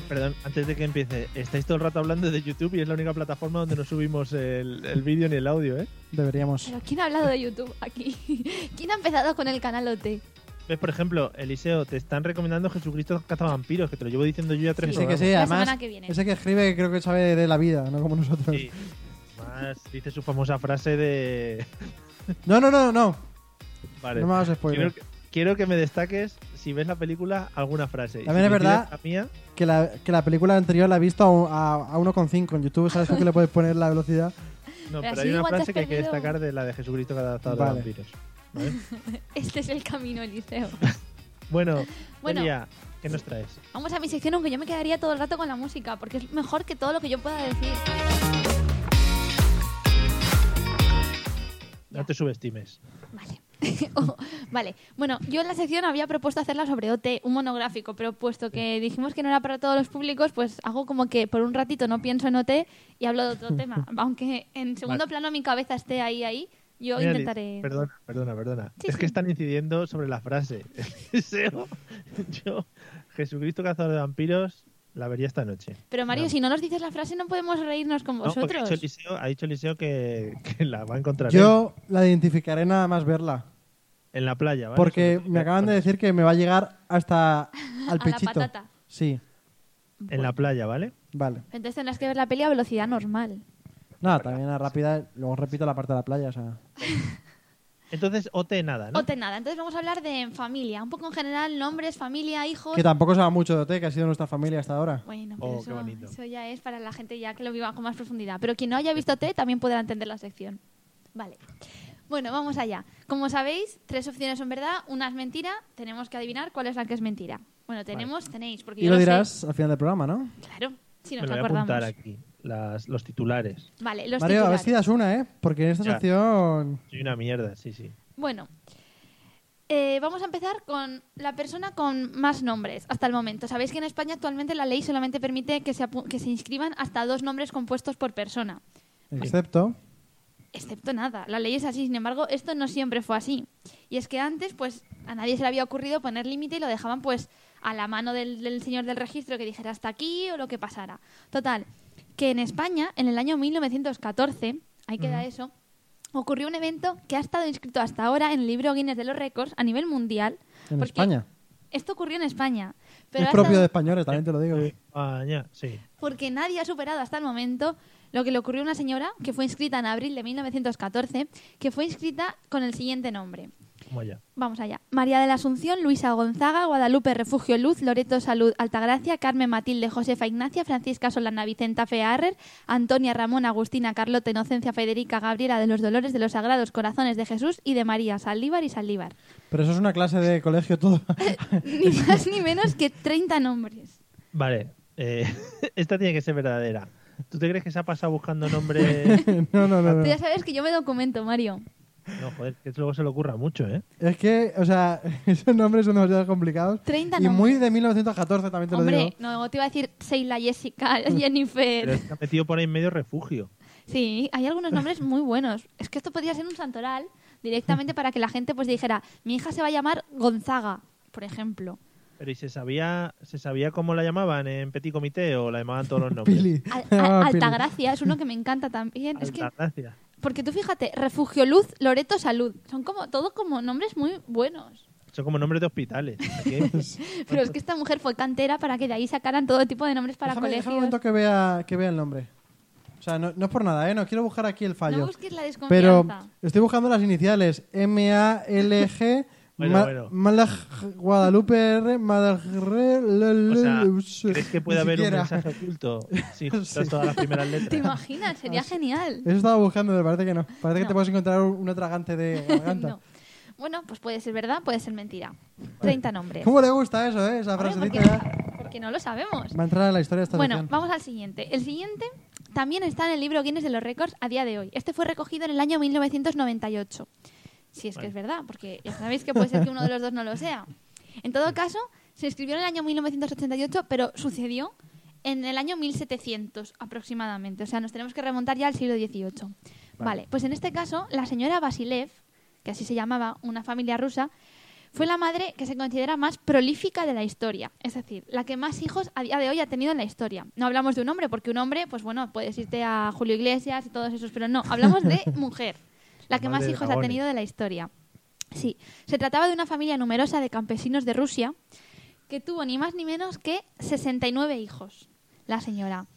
Speaker 3: Perdón, antes de que empiece, estáis todo el rato hablando de YouTube y es la única plataforma donde no subimos el, el vídeo ni el audio, ¿eh?
Speaker 5: Deberíamos.
Speaker 6: Pero ¿quién ha hablado de YouTube aquí? ¿Quién ha empezado con el canal OT?
Speaker 3: ¿Ves, por ejemplo, Eliseo, te están recomendando Jesucristo cazavampiros, que te lo llevo diciendo yo ya tres
Speaker 5: Sí, que
Speaker 3: programas.
Speaker 5: sí,
Speaker 6: La
Speaker 5: además.
Speaker 6: semana que viene.
Speaker 5: Ese que escribe creo que sabe de la vida, no como nosotros.
Speaker 3: Sí. Además, dice su famosa frase de.
Speaker 5: No, no, no, no.
Speaker 3: Vale.
Speaker 5: No me hagas spoiler.
Speaker 3: quiero, que- quiero que me destaques, si ves la película, alguna frase. Y si
Speaker 5: También es
Speaker 3: me pides
Speaker 5: verdad-
Speaker 3: La mía,
Speaker 5: Que la, que la película anterior la he visto a, un- a, a 1,5 en YouTube. ¿Sabes tú que le puedes poner la velocidad?
Speaker 3: no,
Speaker 6: Pero
Speaker 3: pero,
Speaker 6: así
Speaker 3: hay una
Speaker 6: igual te has
Speaker 3: frase que hay que
Speaker 6: perdido.
Speaker 3: destacar de la de Jesucristo que ha adaptado a
Speaker 5: Vale.
Speaker 3: los vampiros.
Speaker 6: Este es el camino, Eliseo.
Speaker 3: Bueno,
Speaker 6: Bueno.
Speaker 3: Delia, ¿qué nos traes?
Speaker 6: Vamos a mi sección, aunque yo me quedaría todo el rato con la música, porque es mejor que todo lo que yo pueda decir.
Speaker 3: No te subestimes.
Speaker 6: Vale. Oh, vale. Bueno, yo en la sección había propuesto hacerla sobre OT, un monográfico, pero puesto que dijimos que no era para todos los públicos, pues hago como que por un ratito no pienso en OT y hablo de otro tema. Aunque en segundo plano mi cabeza esté ahí, ahí,
Speaker 3: Mira,
Speaker 6: yo
Speaker 3: Liz,
Speaker 6: intentaré...
Speaker 3: Perdona, perdona, perdona.
Speaker 6: Sí,
Speaker 3: es
Speaker 6: sí.
Speaker 3: que están incidiendo sobre la frase. Deseo, yo, Jesucristo cazador de vampiros, la vería esta noche.
Speaker 6: Pero Mario,
Speaker 3: No.
Speaker 6: si no nos dices la frase no podemos reírnos con
Speaker 3: No, porque ha
Speaker 6: vosotros.
Speaker 3: dicho Eliseo, ha dicho Eliseo que, que la va a encontrar él,
Speaker 5: Yo la identificaré nada más verla.
Speaker 3: en la playa, ¿vale?
Speaker 5: Porque
Speaker 3: Sobre-
Speaker 5: me acaban de decir que me va a llegar hasta al
Speaker 6: la
Speaker 5: pechito.
Speaker 6: patata.
Speaker 5: Sí,
Speaker 3: En la playa, ¿vale?
Speaker 5: vale.
Speaker 6: Entonces tendrás que ver la peli a velocidad normal.
Speaker 5: Nada, también a rápida. Luego repito la parte de la playa. O sea.
Speaker 3: Entonces, OT nada, ¿no?
Speaker 6: OT nada. Entonces vamos a hablar de familia. Un poco en general, nombres, familia, hijos...
Speaker 5: Que tampoco se va mucho de OT, que ha sido nuestra familia hasta ahora.
Speaker 6: Bueno,
Speaker 3: Oh,
Speaker 6: pero
Speaker 3: qué bonito.
Speaker 6: eso, eso ya es para la gente ya que lo viva con más profundidad. Pero quien no haya visto T también podrá entender la sección. Vale. Bueno, vamos allá. Como sabéis, tres opciones son verdad, una es mentira. Tenemos que adivinar cuál es la que es mentira. Bueno, tenemos, tenéis, porque
Speaker 5: Y
Speaker 6: yo
Speaker 5: lo
Speaker 6: lo sé.
Speaker 5: dirás al final del programa, ¿no?
Speaker 6: Claro, si
Speaker 3: me
Speaker 6: nos
Speaker 3: lo voy a apuntar
Speaker 6: acordamos.
Speaker 3: aquí, las, los titulares.
Speaker 6: Vale, los
Speaker 5: Mario, a ver
Speaker 6: titulares.
Speaker 5: si das una, ¿eh? Porque en esta
Speaker 3: Ya.
Speaker 5: sección.
Speaker 3: Soy una mierda, sí, sí.
Speaker 6: Bueno, eh, vamos a empezar con la persona con más nombres hasta el momento. Sabéis que en España actualmente la ley solamente permite que se, apu- que se inscriban hasta dos nombres compuestos por persona.
Speaker 5: Excepto.
Speaker 6: excepto nada. La ley es así, sin embargo, esto no siempre fue así. Y es que antes, pues, a nadie se le había ocurrido poner límite y lo dejaban, pues, a la mano del, del señor del registro que dijera hasta aquí o lo que pasara. Total, que en España, en el año 1914, ahí queda eso, ocurrió un evento que ha estado inscrito hasta ahora en el libro Guinness de los Récords a nivel mundial.
Speaker 5: En
Speaker 6: porque
Speaker 5: España.
Speaker 6: Esto ocurrió en España. Pero
Speaker 5: Es
Speaker 6: ha
Speaker 5: propio
Speaker 6: estado-
Speaker 5: de españoles, también te lo digo.
Speaker 3: España, sí.
Speaker 6: porque nadie ha superado hasta el momento lo que le ocurrió a una señora que fue inscrita en abril de 1914, que fue inscrita con el siguiente nombre.
Speaker 3: Como ya.
Speaker 6: Vamos allá. María de la Asunción, Luisa Gonzaga, Guadalupe Refugio Luz, Loreto Salud, Altagracia, Carmen Matilde, Josefa Ignacia, Francisca Solana, Vicenta Fearrer, Antonia Ramón, Agustina Carlota, Inocencia Federica, Gabriela de los Dolores de los Sagrados Corazones de Jesús y de María Saldívar y Saldívar.
Speaker 5: Pero eso es una clase de colegio todo.
Speaker 6: Ni más ni menos que 30 nombres.
Speaker 3: Vale, eh, esta tiene que ser verdadera. ¿Tú te crees que se ha pasado buscando nombres?
Speaker 5: no, no, no,
Speaker 6: Tú
Speaker 5: no.
Speaker 6: ya sabes que yo me documento, Mario.
Speaker 3: No, joder, que luego se le ocurra mucho, ¿eh?
Speaker 5: Es que, o sea, esos nombres son demasiado complicados.
Speaker 6: 30
Speaker 5: Y
Speaker 6: nombres.
Speaker 5: muy de 1914, también te lo
Speaker 6: Hombre,
Speaker 5: digo.
Speaker 6: no, te iba a decir Sheila, Jessica,
Speaker 3: Pero
Speaker 6: Jennifer.
Speaker 3: es que ha metido por ahí en medio refugio.
Speaker 6: Sí, hay algunos nombres muy buenos. Es que esto podría ser un santoral directamente para que la gente pues dijera, mi hija se va a llamar Gonzaga, por ejemplo.
Speaker 3: Pero ¿y se sabía, se sabía cómo la llamaban en Petit Comité o la llamaban todos los nombres?
Speaker 5: Pili.
Speaker 6: Al-
Speaker 5: Se llamaba
Speaker 6: a-
Speaker 5: Pili.
Speaker 6: Altagracia es uno que me encanta también. Es que,
Speaker 3: Altagracia.
Speaker 6: porque tú fíjate, Refugio Luz, Loreto Salud. Son como todos como nombres muy buenos.
Speaker 3: Son como nombres de hospitales. Aquí hay-
Speaker 6: Pero es que esta mujer fue cantera para que de ahí sacaran todo tipo de nombres para
Speaker 5: pues Déjame, déjame un momento
Speaker 6: colegios.
Speaker 5: que vea, que vea el nombre. O sea, no, no es por nada, ¿eh? No quiero buscar aquí el fallo.
Speaker 6: No busques la
Speaker 5: Pero
Speaker 6: desconfianza.
Speaker 5: estoy buscando las iniciales. M-A-L-G.
Speaker 3: Bueno,
Speaker 5: Ma-
Speaker 3: bueno.
Speaker 5: Malaj- Guadalupe R. Madagre- le-
Speaker 3: O
Speaker 5: le-
Speaker 3: sea,
Speaker 5: le- us-
Speaker 3: ¿crees que puede
Speaker 5: ni
Speaker 3: haber
Speaker 5: siquiera.
Speaker 3: un mensaje oculto si juntas
Speaker 5: Sí.
Speaker 3: todas las primeras
Speaker 6: ¿Te
Speaker 3: letras?
Speaker 6: imaginas? Sería genial.
Speaker 5: Eso estaba buscando, pero parece que no. Parece que
Speaker 6: No.
Speaker 5: te puedes encontrar un, un atragante de garganta.
Speaker 6: No. Bueno, pues puede ser verdad, puede ser mentira. 30 nombres.
Speaker 5: ¿Cómo le gusta eso, eh? Esa
Speaker 6: Hombre,
Speaker 5: frasecita. ya.
Speaker 6: porque, porque no lo sabemos.
Speaker 5: Va a entrar a la historia de esta
Speaker 6: Bueno,
Speaker 5: sección.
Speaker 6: vamos al siguiente. El siguiente también está en el libro Guinness de los récords a día de hoy. Este fue recogido en el año 1998. Si es que es verdad, porque ya sabéis que puede ser que uno de los dos no lo sea. En todo caso, se escribió en el año 1988, pero sucedió en el año 1700 aproximadamente. O sea, nos tenemos que remontar ya al siglo XVIII. Vale, pues en este caso, la señora Basilev, que así se llamaba, una familia rusa, fue la madre que se considera más prolífica de la historia, es decir, la que más hijos a día de hoy ha tenido en la historia. No hablamos de un hombre, porque un hombre, pues bueno, puedes irte a Julio Iglesias y todos esos, pero no, hablamos de mujer, la
Speaker 3: La
Speaker 6: que
Speaker 3: madre
Speaker 6: más
Speaker 3: de
Speaker 6: hijos ha
Speaker 3: dragones.
Speaker 6: tenido de la historia. Sí, se trataba de una familia numerosa de campesinos de Rusia que tuvo ni más ni menos que 69 hijos, la señora.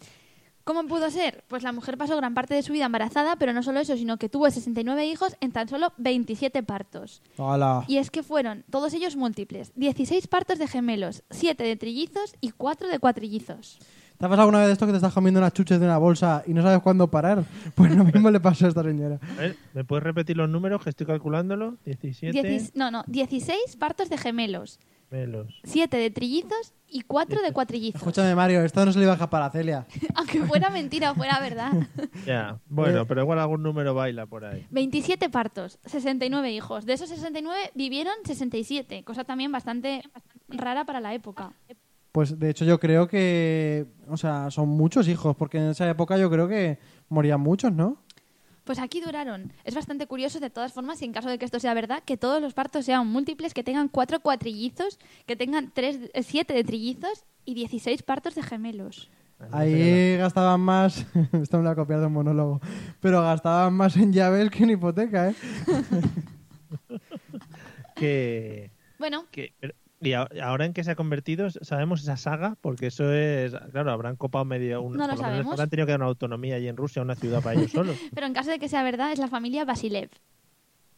Speaker 6: ¿Cómo pudo ser? Pues la mujer pasó gran parte de su vida embarazada, pero no solo eso, sino que tuvo 69 hijos en tan solo 27 partos.
Speaker 5: Hola.
Speaker 6: Y es que fueron, todos ellos múltiples, 16 partos de gemelos, 7 de trillizos y 4 de cuatrillizos.
Speaker 5: ¿Te ha pasado alguna vez de esto que te estás comiendo unas chuches de una bolsa y no sabes cuándo parar? Pues lo mismo le pasó a esta señora.
Speaker 3: A ver, ¿me puedes repetir los números que estoy calculándolo? 17
Speaker 6: Diecis- no, no, 16 partos de gemelos,
Speaker 3: menos.
Speaker 6: 7 de trillizos y 4 de cuatrillizos.
Speaker 5: Escúchame, Mario, esto no se lo iba a dejar para Celia.
Speaker 6: Aunque fuera mentira, fuera verdad.
Speaker 3: Ya,
Speaker 5: Eh.
Speaker 3: bueno, pero igual algún número baila por ahí.
Speaker 6: 27 partos, 69 hijos. De esos 69 vivieron 67, cosa también bastante rara para la época.
Speaker 5: Pues de hecho yo creo que, o sea, son muchos hijos, porque en esa época yo creo que morían muchos, ¿no?
Speaker 6: Pues aquí duraron. Es bastante curioso, de todas formas, y en caso de que esto sea verdad, que todos los partos sean múltiples, que tengan cuatro cuatrillizos, que tengan tres, eh, siete de trillizos y 16 partos de gemelos.
Speaker 5: Ahí gastaban más, esto me lo ha copiado de un monólogo, pero gastaban más en llaves que en hipoteca, ¿eh?
Speaker 3: Que,
Speaker 6: Bueno,
Speaker 3: que- pero- ¿Y a- ahora en qué se ha convertido? ¿Sabemos esa saga? Porque eso es. Claro, habrán copado medio. Un,
Speaker 6: No lo
Speaker 3: por menos
Speaker 6: sabemos.
Speaker 3: Habrán tenido que dar una autonomía allí en Rusia, una ciudad para ellos solos.
Speaker 6: pero en caso de que sea verdad, es la familia Basilev.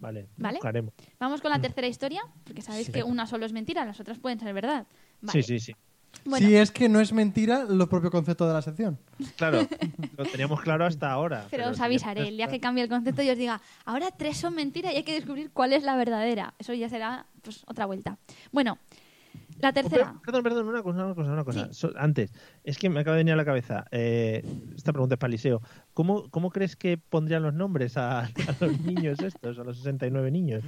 Speaker 3: Vale,
Speaker 6: Vale.
Speaker 3: buscaremos.
Speaker 6: Vamos
Speaker 3: Mm.
Speaker 6: con la tercera historia, porque sabéis que una solo es mentira, las otras pueden ser verdad. Vale.
Speaker 3: Sí, sí,
Speaker 6: Bueno,
Speaker 5: Si es que no es mentira lo propio concepto de la sección.
Speaker 3: sí. Claro, lo teníamos claro hasta ahora.
Speaker 6: Pero os
Speaker 3: si
Speaker 6: avisaré
Speaker 3: ya
Speaker 6: el día
Speaker 3: está-
Speaker 6: que cambie el concepto y os diga, ahora tres son mentiras y hay que descubrir cuál es la verdadera. Eso ya será pues, otra vuelta. Bueno, la
Speaker 3: Oh,
Speaker 6: tercera.
Speaker 3: per- Perdón, perdón, una cosa, una cosa, una cosa. So- antes, es que me acaba de venir a la cabeza. eh, esta pregunta es para Eliseo. ¿Cómo, ¿Cómo crees que pondrían los nombres a, a los niños estos, a los 69 niños?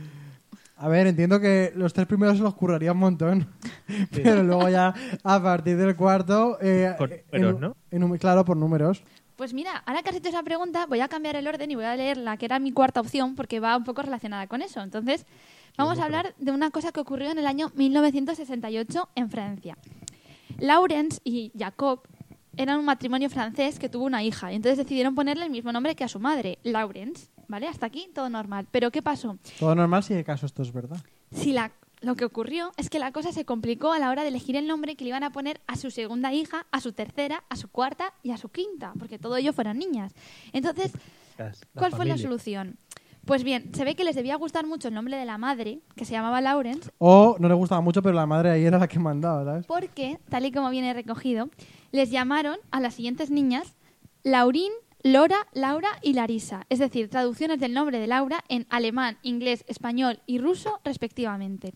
Speaker 5: A ver, entiendo que los tres primeros se los curraría un montón, pero luego ya a partir del cuarto... eh,
Speaker 3: Por
Speaker 5: en-
Speaker 3: números, ¿no?
Speaker 5: en un- claro, por números.
Speaker 6: Pues mira, ahora que has hecho esa pregunta, voy a cambiar el orden y voy a leer la que era mi cuarta opción porque va un poco relacionada con eso. Entonces, vamos a hablar de una cosa que ocurrió en el año 1968 en Francia. Laurence y Jacob eran un matrimonio francés que tuvo una hija, y entonces decidieron ponerle el mismo nombre que a su madre, Laurence. ¿Vale? Hasta aquí todo normal. Pero ¿qué pasó?
Speaker 5: Todo normal si de caso esto es verdad.
Speaker 6: Si la, lo que ocurrió es que la cosa se complicó a la hora de elegir el nombre que le iban a poner a su segunda hija, a su tercera, a su cuarta y a su quinta, porque todo ello fueran niñas. Entonces,
Speaker 3: Las- la
Speaker 6: ¿cuál fue la
Speaker 3: familia.
Speaker 6: solución? Pues bien, se ve que les debía gustar mucho el nombre de la madre, que se llamaba Lawrence,
Speaker 5: O no le gustaba mucho, pero la madre ahí era la que mandaba, ¿sabes?
Speaker 6: porque, tal y como viene recogido, les llamaron a las siguientes niñas Laurín, Lora, Laura y Larisa, es decir, traducciones del nombre de Laura en alemán, inglés, español y ruso, respectivamente.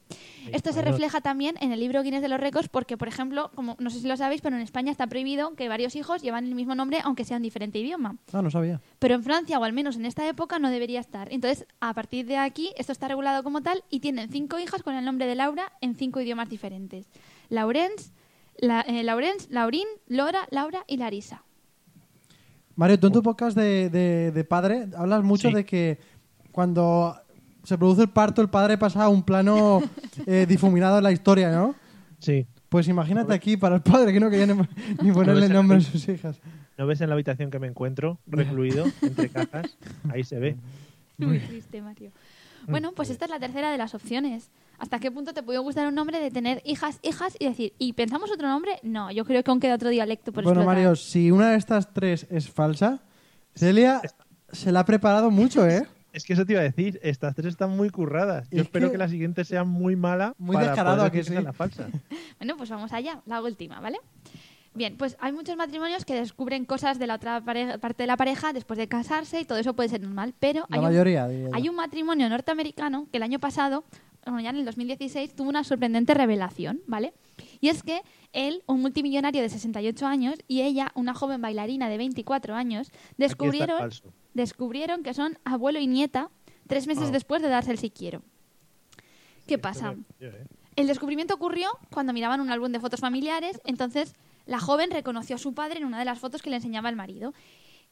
Speaker 6: Esto se
Speaker 3: bueno.
Speaker 6: refleja también en el libro Guinness de los Récords, porque, por ejemplo, como no sé si lo sabéis, pero en España está prohibido que varios hijos llevan el mismo nombre, aunque sea en diferente idioma.
Speaker 5: Ah, no sabía.
Speaker 6: Pero en Francia, o al menos en esta época, no debería estar. Entonces, a partir de aquí, esto está regulado como tal y tienen cinco hijas con el nombre de Laura en cinco idiomas diferentes. Laurence, la, eh, Laurence, Laurín, Lora, Laura y Larisa.
Speaker 5: Mario, tú en tu podcast de, de- de padre hablas mucho
Speaker 3: Sí.
Speaker 5: de que cuando se produce el parto, el padre pasa a un plano eh, difuminado en la historia, ¿no?
Speaker 3: Sí.
Speaker 5: Pues imagínate aquí para el padre que no quería ni, ni ponerle
Speaker 3: Pero-
Speaker 5: nombre a sus hijas.
Speaker 3: ¿No ves en la habitación que me encuentro, recluido, entre cajas? Ahí se ve.
Speaker 6: Muy triste, Mario. Bueno, pues esta es la tercera de las opciones. ¿Hasta qué punto te puede gustar un nombre de tener hijas, hijas y decir, ¿y pensamos otro nombre? No, yo creo que aún queda otro dialecto por
Speaker 5: bueno,
Speaker 6: explotar.
Speaker 5: Mario, si una de estas tres es falsa, Celia se la ha preparado mucho, ¿eh?
Speaker 3: Es que eso te iba a decir, estas tres están muy curradas. Yo
Speaker 5: Es
Speaker 3: espero
Speaker 5: que-
Speaker 3: que... la siguiente sea muy mala.
Speaker 5: Muy
Speaker 3: para
Speaker 5: descarado,
Speaker 3: poder
Speaker 5: ¿a que
Speaker 3: decir
Speaker 5: sí?
Speaker 3: es la falsa.
Speaker 6: Bueno, pues vamos allá, la última, ¿vale? Bien, pues hay muchos matrimonios que descubren cosas de la otra pare- parte de la pareja después de casarse y todo eso puede ser normal, pero
Speaker 5: La
Speaker 6: hay,
Speaker 5: mayoría, diría
Speaker 6: un,
Speaker 5: yo.
Speaker 6: hay un matrimonio norteamericano que el año pasado, bueno, ya en el 2016, tuvo una sorprendente revelación, ¿vale? Y es que él, un multimillonario de 68 años, y ella, una joven bailarina de 24 años, descubrieron,
Speaker 3: falso.
Speaker 6: descubrieron que son abuelo y nieta tres
Speaker 5: Oh.
Speaker 6: meses después de darse el si quiero. ¿Qué pasa?
Speaker 3: Yo, ¿eh?
Speaker 6: El descubrimiento ocurrió cuando miraban un álbum de fotos familiares, entonces la joven reconoció a su padre en una de las fotos que le enseñaba el marido.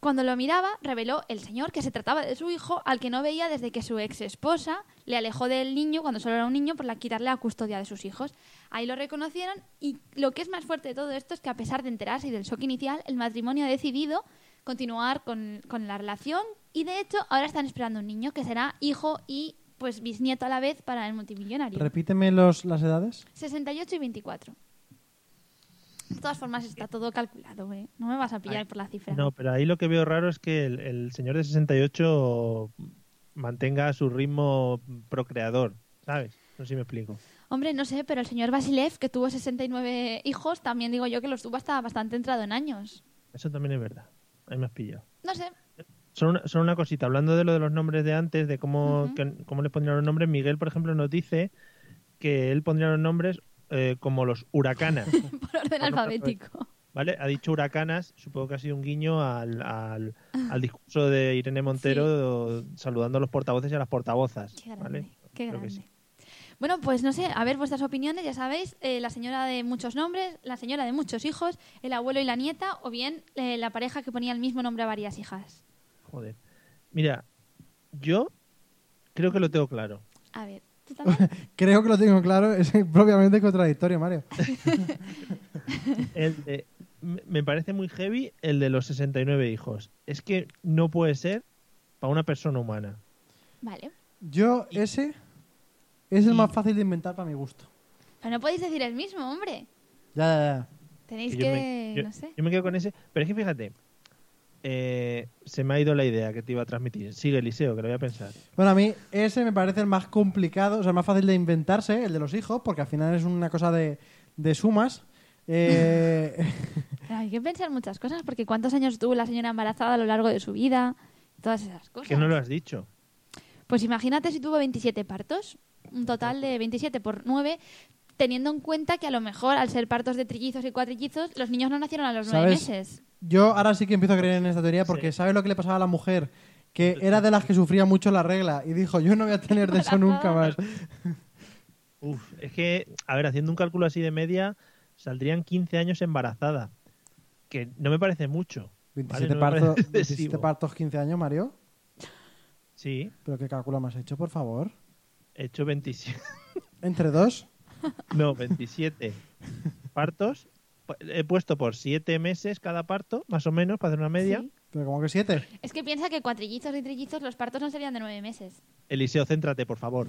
Speaker 6: Cuando lo miraba, reveló el señor que se trataba de su hijo, al que no veía desde que su ex esposa le alejó del niño cuando solo era un niño por la- quitarle la custodia de sus hijos. Ahí lo reconocieron y lo que es más fuerte de todo esto es que a pesar de enterarse y del shock inicial, el matrimonio ha decidido continuar con, con la relación y de hecho ahora están esperando un niño que será hijo y pues bisnieto a la vez para el multimillonario.
Speaker 5: Repíteme los, las edades.
Speaker 6: 68 y 24. De todas formas, está todo calculado, ¿eh? No me vas a pillar por la cifra.
Speaker 3: No, pero ahí lo que veo raro es que el, el señor de 68 mantenga su ritmo procreador, ¿sabes? No sé si me explico.
Speaker 6: Hombre, no sé, pero el señor Basilev, que tuvo 69 hijos, también digo yo que los tuvo hasta bastante entrado en años.
Speaker 3: Eso también es verdad. Ahí me has pillado.
Speaker 6: No sé.
Speaker 3: Son una, solo una cosita, hablando de lo de los nombres de antes, de cómo, que- cómo les pondrían los nombres, Miguel, por ejemplo, nos dice que él pondría los nombres eh, como los huracanas.
Speaker 6: Por
Speaker 3: pues,
Speaker 6: orden alfabético.
Speaker 3: ¿Vale? Ha dicho huracanas, supongo que ha sido un guiño al, al, al discurso de Irene Montero saludando a los portavoces y a las portavozas.
Speaker 6: Qué grande.
Speaker 3: ¿vale?
Speaker 6: Qué
Speaker 3: Creo que
Speaker 6: grande.
Speaker 3: sí.
Speaker 6: Bueno, pues no sé, a ver vuestras opiniones, ya sabéis, eh, la señora de muchos nombres, la señora de muchos hijos, el abuelo y la nieta, o bien eh, la pareja que ponía el mismo nombre a varias hijas.
Speaker 3: Joder. Mira, yo creo que lo tengo claro.
Speaker 6: A ver, ¿tú también?
Speaker 5: Creo que lo tengo claro, es propiamente contradictorio, Mario.
Speaker 3: El de- me me parece muy heavy el de los 69 hijos. Es que no puede ser para una persona humana.
Speaker 6: vale.
Speaker 5: Yo, ese es el más fácil de inventar para mi gusto.
Speaker 6: Pero no podéis decir el mismo, hombre.
Speaker 5: Ya, ya, ya.
Speaker 6: Tenéis
Speaker 3: Que
Speaker 6: que,
Speaker 3: yo me- yo-
Speaker 6: no sé.
Speaker 3: yo me quedo con ese. Pero es que fíjate, eh, se me ha ido la idea que te iba a transmitir. Sigue, Eliseo, que lo voy a pensar.
Speaker 5: Bueno, a mí ese me parece el más complicado, o sea, el más fácil de inventarse, el de los hijos, porque al final es una cosa de, de sumas. Eh,
Speaker 6: Hay que pensar muchas cosas, porque cuántos años tuvo la señora embarazada a lo largo de su vida, todas esas cosas.
Speaker 3: Que no lo has dicho.
Speaker 6: Pues imagínate si tuvo 27 partos, un total de 27 por 9, teniendo en cuenta que a lo mejor al ser partos de trillizos y cuatrillizos, los niños no nacieron a los 9
Speaker 5: ¿Sabes?
Speaker 6: meses.
Speaker 5: Yo ahora sí que empiezo a creer en esta teoría porque ¿sabes lo que le pasaba a la mujer? Que era de las que sufría mucho la regla y dijo, yo no voy a tener de eso nunca más.
Speaker 3: Uf, es que, a ver, haciendo un cálculo así de media, saldrían 15 años embarazada. Que no me parece mucho. ¿vale?
Speaker 5: 27,
Speaker 3: No me
Speaker 5: partos,
Speaker 3: parece
Speaker 5: 27
Speaker 3: excesivo.
Speaker 5: partos, 15 años, Mario.
Speaker 3: Sí,
Speaker 5: ¿Pero qué cálculo me has hecho, por favor?
Speaker 3: he hecho 27.
Speaker 5: ¿Entre dos?
Speaker 3: No, 27 partos. Pa- He puesto por 7 meses cada parto, más o menos, para hacer una media.
Speaker 6: Sí.
Speaker 5: ¿Pero como que siete?
Speaker 6: Es que piensa que cuatrillizos y trillizos los partos no serían de 9 meses.
Speaker 3: Eliseo, céntrate, por favor.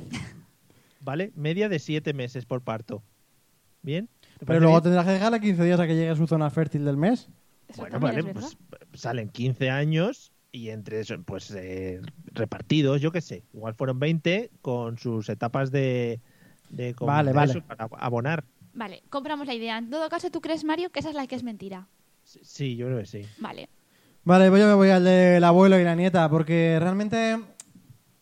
Speaker 3: ¿Vale? Media de 7 meses por parto. ¿Bien? ¿Te
Speaker 5: Pero
Speaker 3: parece
Speaker 5: luego
Speaker 3: bien?
Speaker 5: tendrás que dejarla 15 días a que llegue a su zona fértil del mes.
Speaker 6: Eso
Speaker 3: Bueno,
Speaker 6: también
Speaker 3: vale,
Speaker 6: es verdad.
Speaker 3: pues p- salen 15 años y entre eso, pues eh, repartidos, yo qué sé. Igual fueron 20 con sus etapas de. de con-
Speaker 5: Vale,
Speaker 3: de
Speaker 5: vale.
Speaker 3: eso, Para abonar.
Speaker 6: Vale, compramos la idea. En todo caso, ¿tú crees, Mario, que esa es la que es mentira?
Speaker 3: Sí, yo creo que sí.
Speaker 6: Vale.
Speaker 5: Vale, pues yo me voy al del abuelo y la nieta porque realmente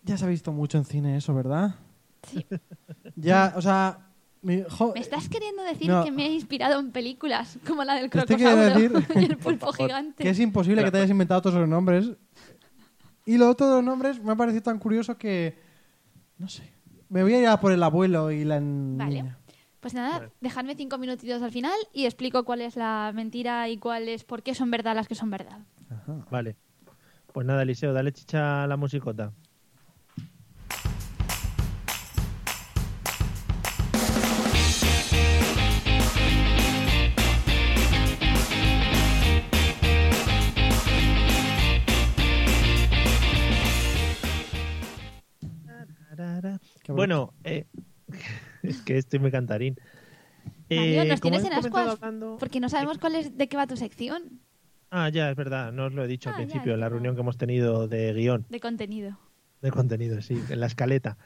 Speaker 5: ya se ha visto mucho en cine eso, ¿verdad?
Speaker 6: Sí.
Speaker 5: Ya, o sea... mi- jo-
Speaker 6: ¿Me estás queriendo decir
Speaker 5: Eh, No.
Speaker 6: que me he inspirado en películas como la del
Speaker 5: Te estoy queriendo
Speaker 6: crocosauro
Speaker 5: decir-
Speaker 6: y el pulpo gigante?
Speaker 5: que es imposible que te hayas inventado todos los nombres. Y lo otro de los nombres me ha parecido tan curioso que. No sé. Me voy a ir a por el abuelo y la
Speaker 6: Vale.
Speaker 5: niña.
Speaker 6: Pues nada, dejadme cinco minutitos al final y explico cuál es la mentira y cuál es por qué son verdad las que son verdad.
Speaker 3: Vale. Pues nada, Eliseo, dale chicha a la musicota.
Speaker 5: Qué bonito.
Speaker 3: Bueno, eh, es que estoy muy cantarín.
Speaker 6: Mario,
Speaker 3: Eh,
Speaker 6: nos
Speaker 3: como
Speaker 6: tienes en
Speaker 3: hemos comenzado
Speaker 6: ascuas
Speaker 3: hablando-
Speaker 6: porque no sabemos cuál es de qué va tu sección
Speaker 3: Ah, ya, es verdad, no os lo he dicho
Speaker 6: Ah,
Speaker 3: al
Speaker 6: ya,
Speaker 3: principio, en la
Speaker 6: es verdad.
Speaker 3: reunión que hemos tenido de guión,
Speaker 6: de contenido.
Speaker 3: de contenido, sí, en la escaleta.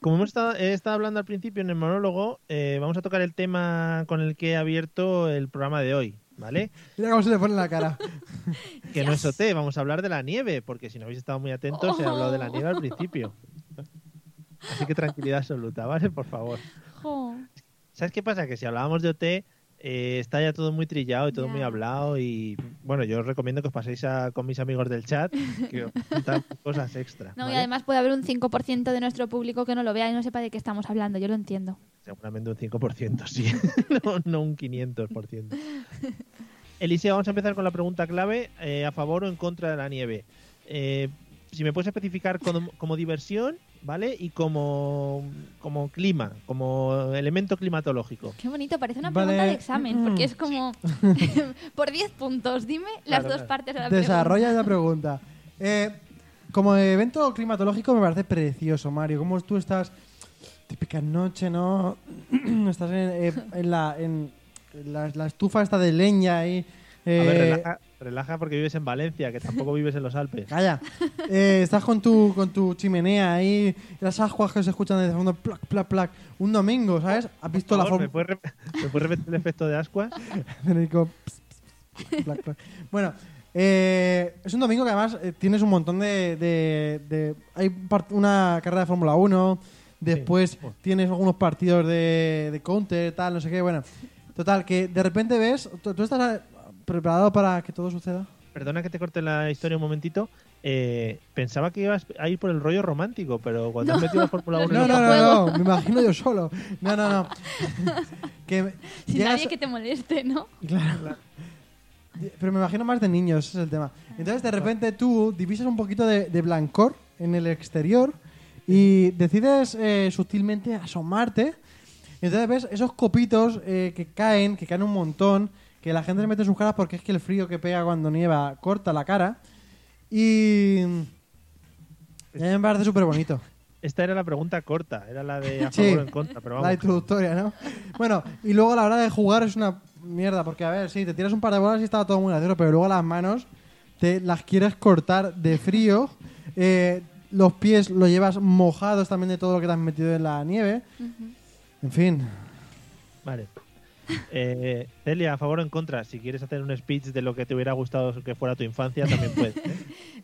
Speaker 3: Como hemos estado, he estado hablando al principio en el monólogo, eh, vamos a tocar el tema con el que he abierto el programa de hoy, ¿vale?
Speaker 5: Mira cómo se le pone la cara.
Speaker 3: Que no es OT, vamos a hablar de la nieve, porque si no habéis estado muy atentos, he hablado de la nieve al
Speaker 6: Oh.
Speaker 3: principio. Así que tranquilidad absoluta, ¿vale? Por favor.
Speaker 6: Jo.
Speaker 3: ¿Sabes qué pasa? Que si hablábamos de OT, eh, está ya todo muy trillado y todo
Speaker 6: Ya.
Speaker 3: muy hablado. Y bueno, yo os recomiendo que os paséis a- con mis amigos del chat, que os cuentan cosas extra.
Speaker 6: No, y
Speaker 3: ¿vale?
Speaker 6: además puede haber un 5% de nuestro público que no lo vea y no sepa de qué estamos hablando, yo lo entiendo.
Speaker 3: Seguramente un 5%, sí. no, no un 500%. Eliseo, vamos a empezar con la pregunta clave: eh, ¿a favor o en contra de la nieve? Eh, si me puedes especificar como, como diversión, ¿vale? Y como, como clima, como elemento climatológico.
Speaker 6: Qué bonito, parece una
Speaker 5: Vale.
Speaker 6: pregunta de examen, porque es como por 10 puntos, dime
Speaker 3: Claro,
Speaker 6: las dos
Speaker 3: claro.
Speaker 6: partes de la
Speaker 5: Desarrolla la pregunta. Eh, como evento climatológico me parece precioso, Mario. ¿Cómo tú estás? Típica noche, ¿no? estás en, eh, en la, en, la, la estufa está de leña ahí. eh,
Speaker 3: A ver, relaja, relaja porque vives en Valencia, que tampoco vives en los Alpes.
Speaker 5: Calla. Eh, estás con tu, con tu chimenea ahí, las ascuas que se escuchan desde el fondo, plac, plac, plac. Un domingo, ¿sabes? Has visto
Speaker 3: Oh, Por
Speaker 5: la
Speaker 3: favor,
Speaker 5: forma.
Speaker 3: ¿me, puedes re- me puedes repetir el efecto de ascuas?
Speaker 5: Federico, ps, ps, ps, plac, plac. Bueno, eh, es un domingo que además eh, tienes un montón de. de- de- hay part- una carrera de Fórmula 1, después tienes algunos partidos de, de counter, tal, no sé qué. Bueno, total, que de repente ves. ¿Tú, tú estás eh, preparado para que todo suceda?
Speaker 3: Perdona que te corte la historia un momentito. Eh, pensaba que ibas a ir por el rollo romántico, pero cuando has metido la Fórmula 1
Speaker 5: No,
Speaker 3: en
Speaker 5: no,
Speaker 3: los-
Speaker 5: no, no, me imagino yo solo. No, no, no. que
Speaker 6: Sin
Speaker 5: llegas-
Speaker 6: nadie que te moleste, ¿no?
Speaker 5: Claro. Pero me imagino más de niños, ese es el tema. Entonces, de repente tú divisas un poquito de, de blancor en el exterior y decides eh, sutilmente asomarte. Entonces ves esos copitos eh, que caen, que caen un montón, que la gente le mete en sus caras porque es que el frío que pega cuando nieva corta la cara. Y. y a mí me parece súper bonito.
Speaker 3: Esta era la pregunta corta, era la de a
Speaker 5: Sí.
Speaker 3: favor o en contra, pero
Speaker 5: La
Speaker 3: vamos.
Speaker 5: introductoria, ¿no? Bueno, y luego a la hora de jugar es una mierda, porque a ver, sí, te tiras un par de bolas y está todo muy gracioso, pero luego las manos te las quieres cortar de frío, eh, los pies los llevas mojados también de todo lo que te has metido en la nieve. En fin,
Speaker 3: Vale. Eh, Celia, a favor o en contra, si quieres hacer un speech de lo que te hubiera gustado que fuera tu infancia, también puedes. ¿eh?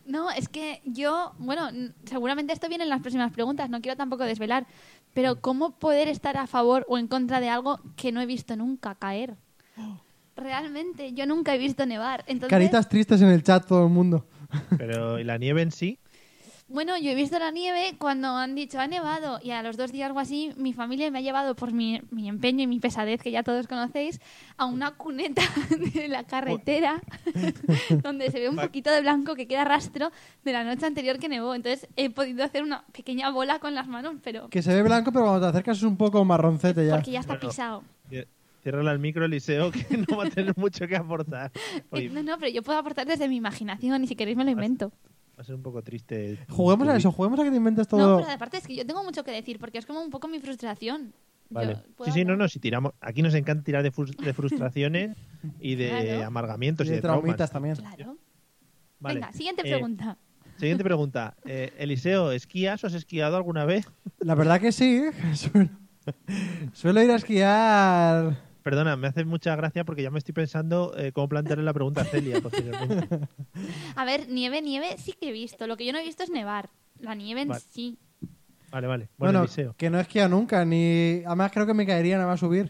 Speaker 6: No, es que yo, bueno, n- seguramente esto viene en las próximas preguntas, no quiero tampoco desvelar, pero ¿cómo poder estar a favor o en contra de algo que no he visto nunca caer? Realmente, yo nunca he visto nevar. Entonces,
Speaker 5: caritas tristes en el chat todo el mundo.
Speaker 3: Pero ¿y la nieve en sí?
Speaker 6: Bueno, yo he visto la nieve cuando han dicho ha nevado y a los dos días o así mi familia me ha llevado por mi, mi empeño y mi pesadez que ya todos conocéis a una cuneta de la carretera donde se ve un poquito de blanco que queda rastro de la noche anterior que nevó. Entonces he podido hacer una pequeña bola con las manos, pero
Speaker 5: Que se ve blanco, pero cuando te acercas es un poco marroncete ya.
Speaker 6: porque ya está
Speaker 3: Bueno.
Speaker 6: pisado.
Speaker 3: Cierra el micro, Eliseo, que no va a tener mucho que aportar. Oye,
Speaker 6: Eh, No, no, pero yo puedo aportar desde mi imaginación y si queréis me lo invento.
Speaker 3: va a ser un poco triste.
Speaker 5: Juguemos a eso, juguemos a que te inventes
Speaker 6: No,
Speaker 5: todo.
Speaker 6: pero aparte es que yo tengo mucho que decir porque es como un poco mi frustración. Yo
Speaker 3: Vale.
Speaker 6: puedo
Speaker 3: Sí, sí, no,
Speaker 6: hablar.
Speaker 3: no, si tiramos. Aquí nos encanta tirar de, frus- de frustraciones y de
Speaker 6: Claro.
Speaker 5: Y
Speaker 3: amargamientos y de,
Speaker 5: de traumitas
Speaker 3: traumas.
Speaker 5: también.
Speaker 6: Claro.
Speaker 3: Vale.
Speaker 6: Venga, siguiente
Speaker 3: Eh,
Speaker 6: pregunta.
Speaker 3: siguiente pregunta. Eh, Eliseo, ¿esquías o has esquiado alguna vez?
Speaker 5: La verdad que sí, ¿eh? suelo, suelo ir a esquiar.
Speaker 3: Perdona, me hace mucha gracia porque ya me estoy pensando eh, cómo plantearle la pregunta a Celia posteriormente.
Speaker 6: A ver, nieve, nieve sí que he visto. Lo que yo no he visto es nevar. La nieve en
Speaker 3: Vale.
Speaker 6: sí.
Speaker 3: Vale, vale. Bueno,
Speaker 5: Bueno,
Speaker 3: Eliseo.
Speaker 5: que no he esquiado nunca, ni. Además, creo que me caería nada más subir.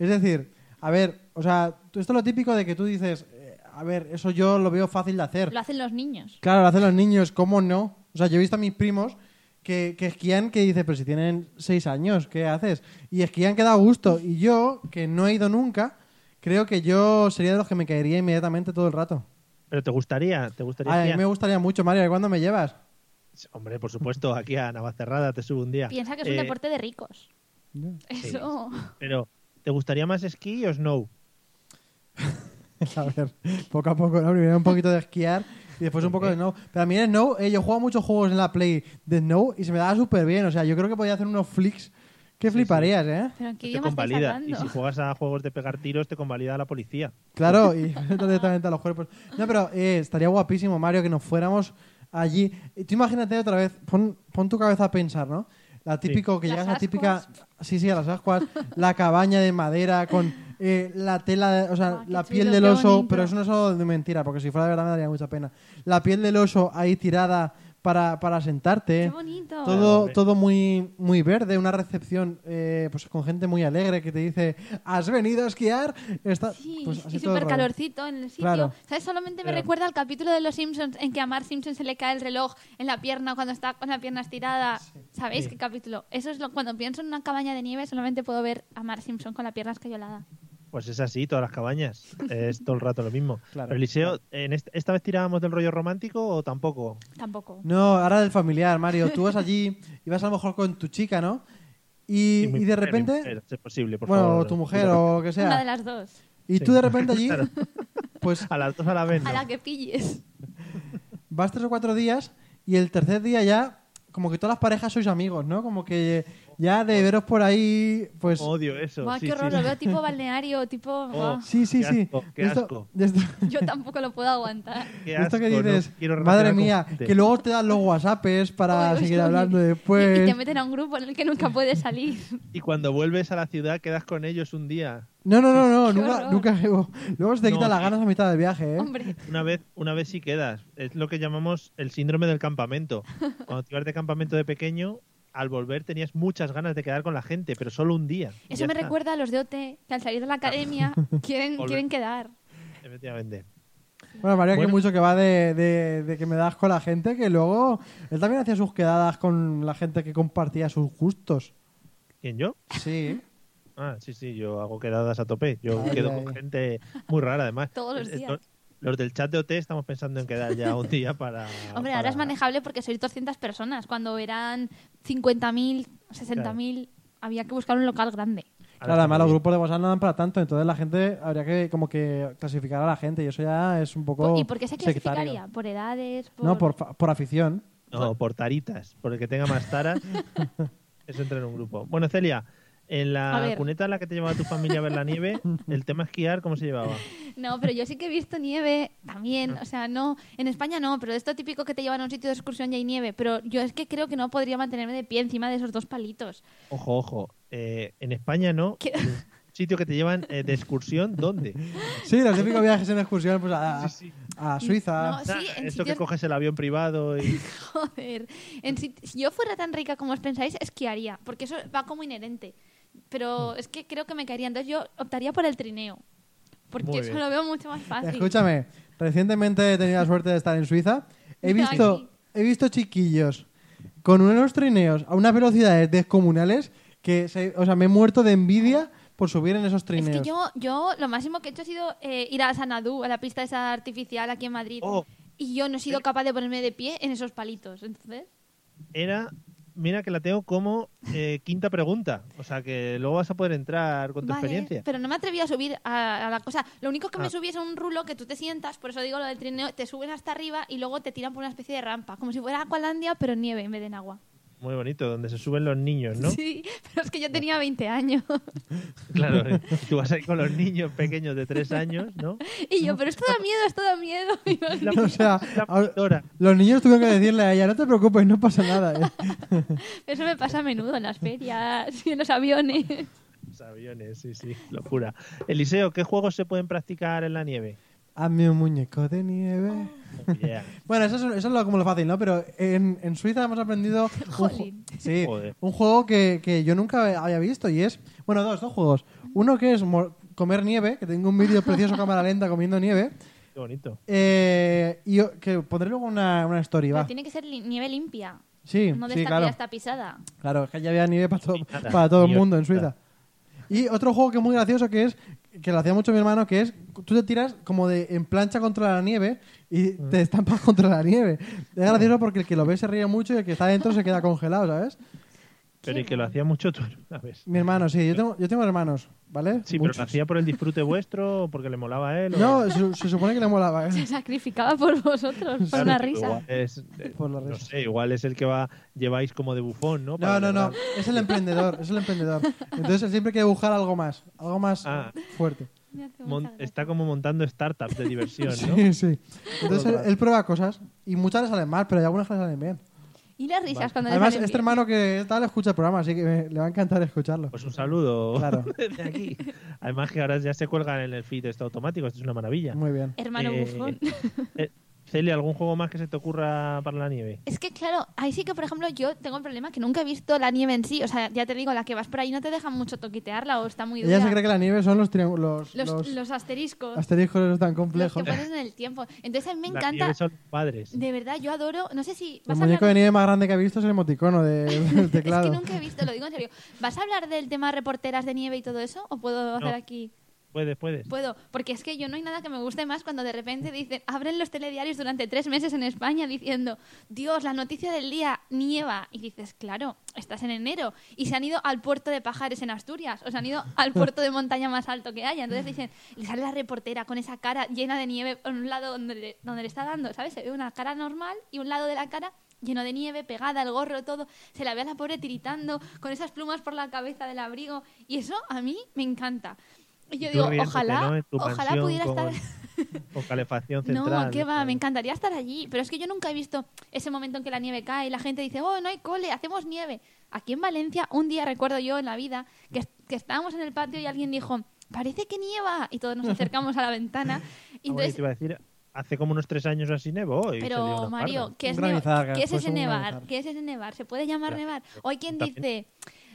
Speaker 5: Es decir, a ver, o sea, tú- esto es lo típico de que tú dices, eh, a ver, eso yo lo veo fácil de hacer.
Speaker 6: Lo hacen los niños.
Speaker 5: Claro, lo hacen los niños, ¿cómo no? O sea, yo he visto a mis primos que, que esquían que dice, pero si tienen seis años, ¿qué haces? Y esquían que da gusto. Y yo, que no he ido nunca, creo que yo sería de los que me caería inmediatamente todo el rato.
Speaker 3: Pero te gustaría, te gustaría
Speaker 5: Ay, a mí
Speaker 3: esquiar?
Speaker 5: me gustaría mucho, Mario, ¿cuándo me llevas?
Speaker 3: Hombre, por supuesto, aquí a Navacerrada te subo un día.
Speaker 6: Piensa que es un
Speaker 3: Eh,
Speaker 6: deporte de ricos. Eso.
Speaker 3: Pero, ¿te gustaría más esquí o snow?
Speaker 5: A ver, poco a poco, ¿no? Primero un poquito de esquiar y después un poco de snow. Pero a mí en snow, eh, yo juego muchos juegos en la Play de snow y se me daba súper bien. O sea, yo creo que podía hacer unos flicks que fliparías, ¿eh?
Speaker 6: Pero ¿en qué
Speaker 3: Te
Speaker 6: idioma estáis
Speaker 3: convalida. Y
Speaker 6: hablando?
Speaker 3: si juegas a juegos de pegar tiros, te convalida la policía.
Speaker 5: Claro, y directamente a los cuerpos. No, pero eh, estaría guapísimo, Mario, que nos fuéramos allí. Y Tú imagínate otra vez, pon, pon tu cabeza a pensar, ¿no? La típico, que
Speaker 6: Las
Speaker 5: llegas a la típica. Sí, sí, a las ascuas. la cabaña de madera con eh, la tela, de- o sea,
Speaker 6: Ah, qué
Speaker 5: la
Speaker 6: chulo,
Speaker 5: piel del
Speaker 6: qué
Speaker 5: oso,
Speaker 6: bonito.
Speaker 5: pero eso no es solo de mentira, porque si fuera de verdad me daría mucha pena. La piel del oso ahí tirada para, para sentarte.
Speaker 6: Qué bonito.
Speaker 5: Todo, todo muy, muy verde, una recepción eh, pues con gente muy alegre que te dice, ¿has venido a esquiar? Está,
Speaker 6: Sí,
Speaker 5: pues así
Speaker 6: y
Speaker 5: todo el
Speaker 6: súper
Speaker 5: rollo.
Speaker 6: calorcito en el sitio.
Speaker 5: Claro.
Speaker 6: ¿Sabes? Solamente me
Speaker 3: Pero-
Speaker 6: recuerda al capítulo de Los Simpsons en que a Mar Simpson se le cae el reloj en la pierna cuando está con la pierna estirada. ¿Sabéis qué capítulo? Eso es lo cuando pienso en una cabaña de nieve solamente puedo ver a Mar Simpson con la pierna escayolada.
Speaker 3: Pues es así, todas las cabañas. Es todo el rato lo mismo.
Speaker 5: Claro.
Speaker 3: Pero, Eliseo, ¿en est- ¿esta vez tirábamos del rollo romántico o tampoco?
Speaker 6: Tampoco.
Speaker 5: No, ahora del familiar, Mario. Tú vas allí y vas a lo mejor con tu chica, ¿no? Y,
Speaker 3: Sí, mi
Speaker 5: y de
Speaker 3: mujer, mi
Speaker 5: repente...
Speaker 3: mujer, si es posible, por
Speaker 5: bueno,
Speaker 3: favor.
Speaker 5: o tu mujer o lo que
Speaker 6: Una de
Speaker 5: sea.
Speaker 6: las dos.
Speaker 5: Y tú de repente allí,
Speaker 3: Claro.
Speaker 5: pues
Speaker 3: A las dos a la vez. ¿no?
Speaker 6: A la que pilles.
Speaker 5: vas tres o cuatro días y el tercer día ya, como que todas las parejas sois amigos, ¿no? Como que ya de veros por ahí, pues...
Speaker 3: Odio eso.
Speaker 6: Buah,
Speaker 3: sí,
Speaker 6: qué horror,
Speaker 3: sí. Oh.
Speaker 6: lo veo tipo balneario, tipo... buah,
Speaker 5: Sí, sí,
Speaker 3: Qué
Speaker 5: sí.
Speaker 3: asco, qué
Speaker 5: De esto-
Speaker 3: asco.
Speaker 5: de esto-
Speaker 6: yo tampoco lo puedo aguantar.
Speaker 3: Qué
Speaker 5: de esto que
Speaker 3: asco, no
Speaker 5: dices,
Speaker 3: quiero
Speaker 5: madre
Speaker 3: relacionar con
Speaker 5: mía,
Speaker 3: gente.
Speaker 5: que luego te dan los whatsapps para
Speaker 6: Uy, uy,
Speaker 5: Ah, seguir
Speaker 6: uy.
Speaker 5: hablando
Speaker 6: Y, y te
Speaker 5: después.
Speaker 6: meten a un grupo en el que nunca puedes salir.
Speaker 3: Y cuando vuelves a la ciudad quedas con ellos un día.
Speaker 5: No, no, no, no,
Speaker 6: Qué
Speaker 5: nunca,
Speaker 6: horror.
Speaker 5: nunca llevo. Luego se te
Speaker 3: No,
Speaker 5: quitan las
Speaker 3: sí.
Speaker 5: ganas a mitad de viaje, ¿eh?
Speaker 6: Hombre,
Speaker 3: Una vez, una vez sí quedas. Es lo que llamamos el síndrome del campamento. Cuando te ibas de campamento de pequeño, al volver tenías muchas ganas de quedar con la gente, pero solo un día. Y
Speaker 6: eso
Speaker 3: ya
Speaker 6: me
Speaker 3: está.
Speaker 6: recuerda a los de OT, que al salir de la academia quieren,
Speaker 3: Volver.
Speaker 6: quieren quedar.
Speaker 3: Efectivamente.
Speaker 5: Bueno, María, que
Speaker 3: Bueno.
Speaker 5: mucho que va de, de- de que me das con la gente, que luego él también hacía sus quedadas con la gente que compartía sus gustos.
Speaker 3: ¿Quién yo?
Speaker 5: Sí.
Speaker 3: Ah, sí, sí, yo hago quedadas a tope. Yo
Speaker 5: Ay,
Speaker 3: quedo
Speaker 5: ay.
Speaker 3: con gente muy rara, además.
Speaker 6: Todos los
Speaker 3: Es- es-
Speaker 6: días.
Speaker 3: Los del chat de OT estamos pensando en quedar ya un día para.
Speaker 6: Hombre,
Speaker 3: para-
Speaker 6: ahora es manejable porque sois 200 personas. Cuando eran 50.000, 60.000, había que buscar un local grande.
Speaker 3: ahora
Speaker 5: Claro,
Speaker 3: está
Speaker 5: además
Speaker 3: muy
Speaker 5: los
Speaker 3: bien.
Speaker 5: grupos de WhatsApp no dan para tanto, entonces la gente habría que como que clasificar a la gente y eso ya es un poco
Speaker 6: ¿Y por qué se
Speaker 5: sectario.
Speaker 6: clasificaría? ¿Por edades? Por...
Speaker 5: No, por, fa- por afición.
Speaker 3: No, por taritas. Por el que tenga más taras, es entrar en un grupo. Bueno, Celia, en la
Speaker 6: A ver.
Speaker 3: cuneta en la que te llevaba tu familia a ver la nieve, el tema esquiar, ¿cómo se llevaba?
Speaker 6: No, pero yo sí que he visto nieve
Speaker 3: Ah.
Speaker 6: también. O sea, no, en España no, pero esto típico que te llevan a un sitio de excursión y hay nieve. Pero yo es que creo que no podría mantenerme de pie encima de esos dos palitos.
Speaker 3: Ojo, ojo. eh, en España no.
Speaker 6: ¿Qué?
Speaker 3: Un Sitio que te llevan eh, de excursión, ¿dónde?
Speaker 5: Sí, los típicos viajes en excursión pues, a, a Suiza.
Speaker 6: No, Ah, sí, en
Speaker 3: Esto que
Speaker 6: sitios...
Speaker 3: coges el avión privado y.
Speaker 6: Joder. En sit- Si yo fuera tan rica como os pensáis, esquiaría, porque eso va como inherente. Pero
Speaker 3: Mm.
Speaker 6: es que creo que me caería. Entonces yo optaría por el trineo,
Speaker 3: Muy
Speaker 6: porque eso
Speaker 3: bien.
Speaker 6: lo veo mucho más fácil.
Speaker 5: Escúchame, recientemente he tenido la suerte de estar en Suiza. He
Speaker 6: Ay.
Speaker 5: visto, he visto chiquillos con unos trineos a unas velocidades descomunales que se- o sea, me he muerto de envidia por subir en esos
Speaker 6: Es
Speaker 5: trineos.
Speaker 6: que yo, yo lo máximo que he hecho ha sido eh, ir a Sanadú, a la pista esa artificial aquí en Madrid.
Speaker 3: Oh.
Speaker 6: Y yo no he sido capaz de ponerme de pie en esos palitos. Entonces,
Speaker 3: Era. Mira que la tengo como eh, quinta pregunta. O sea que luego vas a poder entrar con tu
Speaker 6: vale,
Speaker 3: experiencia.
Speaker 6: pero no me atreví a subir a, a la cosa. Lo único que
Speaker 3: Ah.
Speaker 6: me subí es a un rulo que tú te sientas, por eso digo lo del trineo, te suben hasta arriba y luego te tiran por una especie de rampa, como si fuera Aqualandia, pero en nieve en vez de en agua.
Speaker 3: Muy bonito, donde se suben los niños, ¿no?
Speaker 6: Sí, pero es que yo tenía 20 años.
Speaker 3: Claro, eh, tú vas ahí con los niños pequeños de tres años, ¿no?
Speaker 6: Y yo, pero esto da miedo, esto da miedo. Y yo,
Speaker 3: La-
Speaker 5: O sea,
Speaker 3: la
Speaker 5: ahora-
Speaker 3: pintora.
Speaker 5: los niños tuvieron que decirle a ella, no te preocupes, no pasa nada.
Speaker 6: Eso me pasa a menudo en las ferias y en los aviones.
Speaker 3: Los aviones, sí, sí, locura. Eliseo, ¿qué juegos se pueden practicar en la nieve?
Speaker 5: Hazme un muñeco de nieve.
Speaker 3: Oh, yeah.
Speaker 5: Bueno, eso es, eso es lo, como lo fácil, ¿no? Pero en, en Suiza hemos aprendido un, ju-
Speaker 6: Jolín.
Speaker 5: sí,
Speaker 3: Joder.
Speaker 5: un juego que, que yo nunca había visto y es... Bueno, dos, dos juegos. Uno que es mor- comer nieve, que tengo un vídeo precioso a cámara lenta comiendo nieve.
Speaker 3: Qué bonito.
Speaker 5: eh, y yo- que pondré luego una, una story,
Speaker 6: Pero
Speaker 5: va.
Speaker 6: tiene que ser li- nieve limpia.
Speaker 5: Sí,
Speaker 6: No de
Speaker 5: sí,
Speaker 6: esta
Speaker 5: claro.
Speaker 6: que ya está pisada.
Speaker 5: Claro, es que ya había nieve para todo,
Speaker 3: Ni nada,
Speaker 5: para todo el
Speaker 3: ni
Speaker 5: mundo en
Speaker 3: hostia.
Speaker 5: Suiza. Y otro juego que es muy gracioso que es, que lo hacía mucho mi hermano, que es tú te tiras como de en plancha contra la nieve y te estampas contra la nieve. Es gracioso porque el que lo ve se ríe mucho y el que está dentro se queda congelado, ¿sabes?
Speaker 3: Pero y que lo hacía mucho tú, a ver.
Speaker 5: Mi hermano, sí, yo tengo, yo tengo hermanos, ¿vale?
Speaker 3: Sí, pero
Speaker 5: Muchos.
Speaker 3: lo hacía por el disfrute vuestro o porque le molaba a él. o-
Speaker 5: No, se, se supone que le molaba. ¿eh?
Speaker 6: Se sacrificaba por vosotros, por
Speaker 3: Claro,
Speaker 6: una
Speaker 3: pero
Speaker 6: risa.
Speaker 3: igual es- eh,
Speaker 5: Por la
Speaker 3: no
Speaker 5: risa.
Speaker 3: sé, igual es el que va, lleváis como de bufón, ¿no?
Speaker 5: No,
Speaker 3: Para
Speaker 5: no, no,
Speaker 3: lograr-
Speaker 5: es el emprendedor, es el emprendedor. Entonces él siempre quiere buscar algo más, algo más
Speaker 3: Ah.
Speaker 5: fuerte.
Speaker 6: Me hace mucha
Speaker 3: mon-
Speaker 6: gracia.
Speaker 3: está como montando startups de diversión, ¿no?
Speaker 5: Sí, sí.
Speaker 3: Todo
Speaker 5: Entonces
Speaker 3: el
Speaker 5: él,
Speaker 3: rato.
Speaker 5: él prueba cosas y muchas le salen mal, pero hay algunas que le salen bien.
Speaker 6: Y las risas cuando le
Speaker 5: Además,
Speaker 6: salen
Speaker 5: este
Speaker 6: bien.
Speaker 5: hermano que tal escucha el programa, así que me- le va a encantar escucharlo.
Speaker 3: Pues un saludo
Speaker 5: Claro.
Speaker 3: desde aquí. Además que ahora ya se cuelgan en el feed esto automático, esto es una maravilla.
Speaker 5: Muy bien.
Speaker 6: Hermano
Speaker 3: Eh,
Speaker 6: bufón.
Speaker 3: eh, Celia, ¿algún juego más que se te ocurra para la nieve?
Speaker 6: Es que, claro, ahí sí que, por ejemplo, yo tengo el problema que nunca he visto la nieve en sí. O sea, ya te digo, la que vas por ahí no te dejan mucho toquitearla o está muy dura.
Speaker 5: Ella se cree que la nieve son los triángu- los,
Speaker 6: los,
Speaker 5: los
Speaker 6: los asteriscos,
Speaker 5: asteriscos esos tan
Speaker 6: los que
Speaker 5: complejos.
Speaker 6: pones en el tiempo. Entonces, a mí me
Speaker 3: La nieve
Speaker 6: encanta.
Speaker 3: son los padres.
Speaker 6: De verdad, yo adoro. No sé si
Speaker 5: El
Speaker 6: vas a hablar
Speaker 5: muñeco de nieve más grande que he visto es el emoticono de- del teclado.
Speaker 6: Es que nunca he visto, lo digo en serio. ¿Vas a hablar del tema reporteras de nieve y todo eso? ¿O puedo hacer aquí?
Speaker 3: Puedes, puedes.
Speaker 6: Puedo, porque es que yo no hay nada que me guste más cuando de repente dicen, abren los telediarios durante tres meses en España diciendo, Dios, la noticia del día, nieva. Y dices, claro, estás en enero. Y se han ido al puerto de Pajares en Asturias, o se han ido al puerto de montaña más alto que haya. Entonces dicen, le sale la reportera con esa cara llena de nieve en un lado donde le, donde le está dando, ¿sabes? Se ve una cara normal y un lado de la cara lleno de nieve, pegada, el gorro, todo. Se la ve a la pobre tiritando con esas plumas por la cabeza del abrigo. Y eso a mí me encanta. Y yo
Speaker 3: Tú
Speaker 6: digo,
Speaker 3: riéndote, ¿no?
Speaker 6: ojalá,
Speaker 3: En tu
Speaker 6: ojalá
Speaker 3: mansión
Speaker 6: pudiera
Speaker 3: con-
Speaker 6: estar...
Speaker 3: Con calefacción central.
Speaker 6: No, qué va,
Speaker 3: ¿sabes? Ah,
Speaker 6: me encantaría estar allí. Pero es que yo nunca he visto ese momento en que la nieve cae y la gente dice, oh, no hay cole, hacemos nieve. Aquí en Valencia, un día recuerdo yo en la vida que, que estábamos en el patio y alguien dijo, parece que nieva. Y todos nos acercamos a la ventana. Y
Speaker 3: Ah, bueno, yo
Speaker 6: entonces,
Speaker 3: te iba a decir, hace como unos tres años así nevó. y salió
Speaker 6: pero
Speaker 3: una
Speaker 6: Mario,
Speaker 3: parda.
Speaker 6: ¿qué es,
Speaker 5: Un
Speaker 6: neva-
Speaker 5: granizar,
Speaker 6: qué es
Speaker 5: pues,
Speaker 6: ese
Speaker 5: un
Speaker 6: nevar?
Speaker 5: granizar.
Speaker 6: ¿Qué es ese nevar? ¿Se puede llamar
Speaker 3: Claro.
Speaker 6: nevar? O hay quien
Speaker 3: También-
Speaker 6: dice,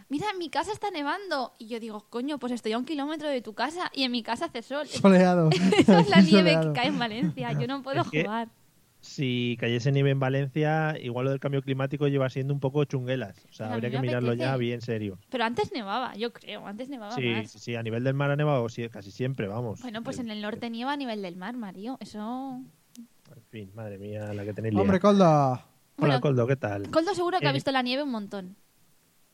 Speaker 6: mira, mi casa está nevando. Y yo digo, coño, pues estoy a un kilómetro de tu casa y en mi casa hace sol.
Speaker 5: Soleado.
Speaker 6: Eso es la
Speaker 5: Aquí
Speaker 6: nieve que
Speaker 5: soleado.
Speaker 6: cae en Valencia. Yo no puedo
Speaker 3: Es que-
Speaker 6: jugar.
Speaker 3: Si cayese nieve en Valencia, igual lo del cambio climático lleva siendo un poco chunguelas. O
Speaker 6: Pero a
Speaker 3: sea,
Speaker 6: mí
Speaker 3: habría
Speaker 6: me
Speaker 3: que mirarlo ya
Speaker 6: apetece.
Speaker 3: bien serio.
Speaker 6: Pero antes nevaba, yo creo, antes nevaba
Speaker 3: Sí,
Speaker 6: más.
Speaker 3: sí, sí, a nivel del mar ha nevado sí, casi siempre, vamos.
Speaker 6: Bueno, pues en el norte nieva a nivel del mar, Mario. Eso.
Speaker 3: En fin, madre mía, la que tenéis liada.
Speaker 5: Hombre, Colda.
Speaker 3: Hola,
Speaker 6: Bueno,
Speaker 3: Coldo, ¿qué tal?
Speaker 6: Coldo seguro que ha
Speaker 3: Eh,
Speaker 6: visto la nieve un montón.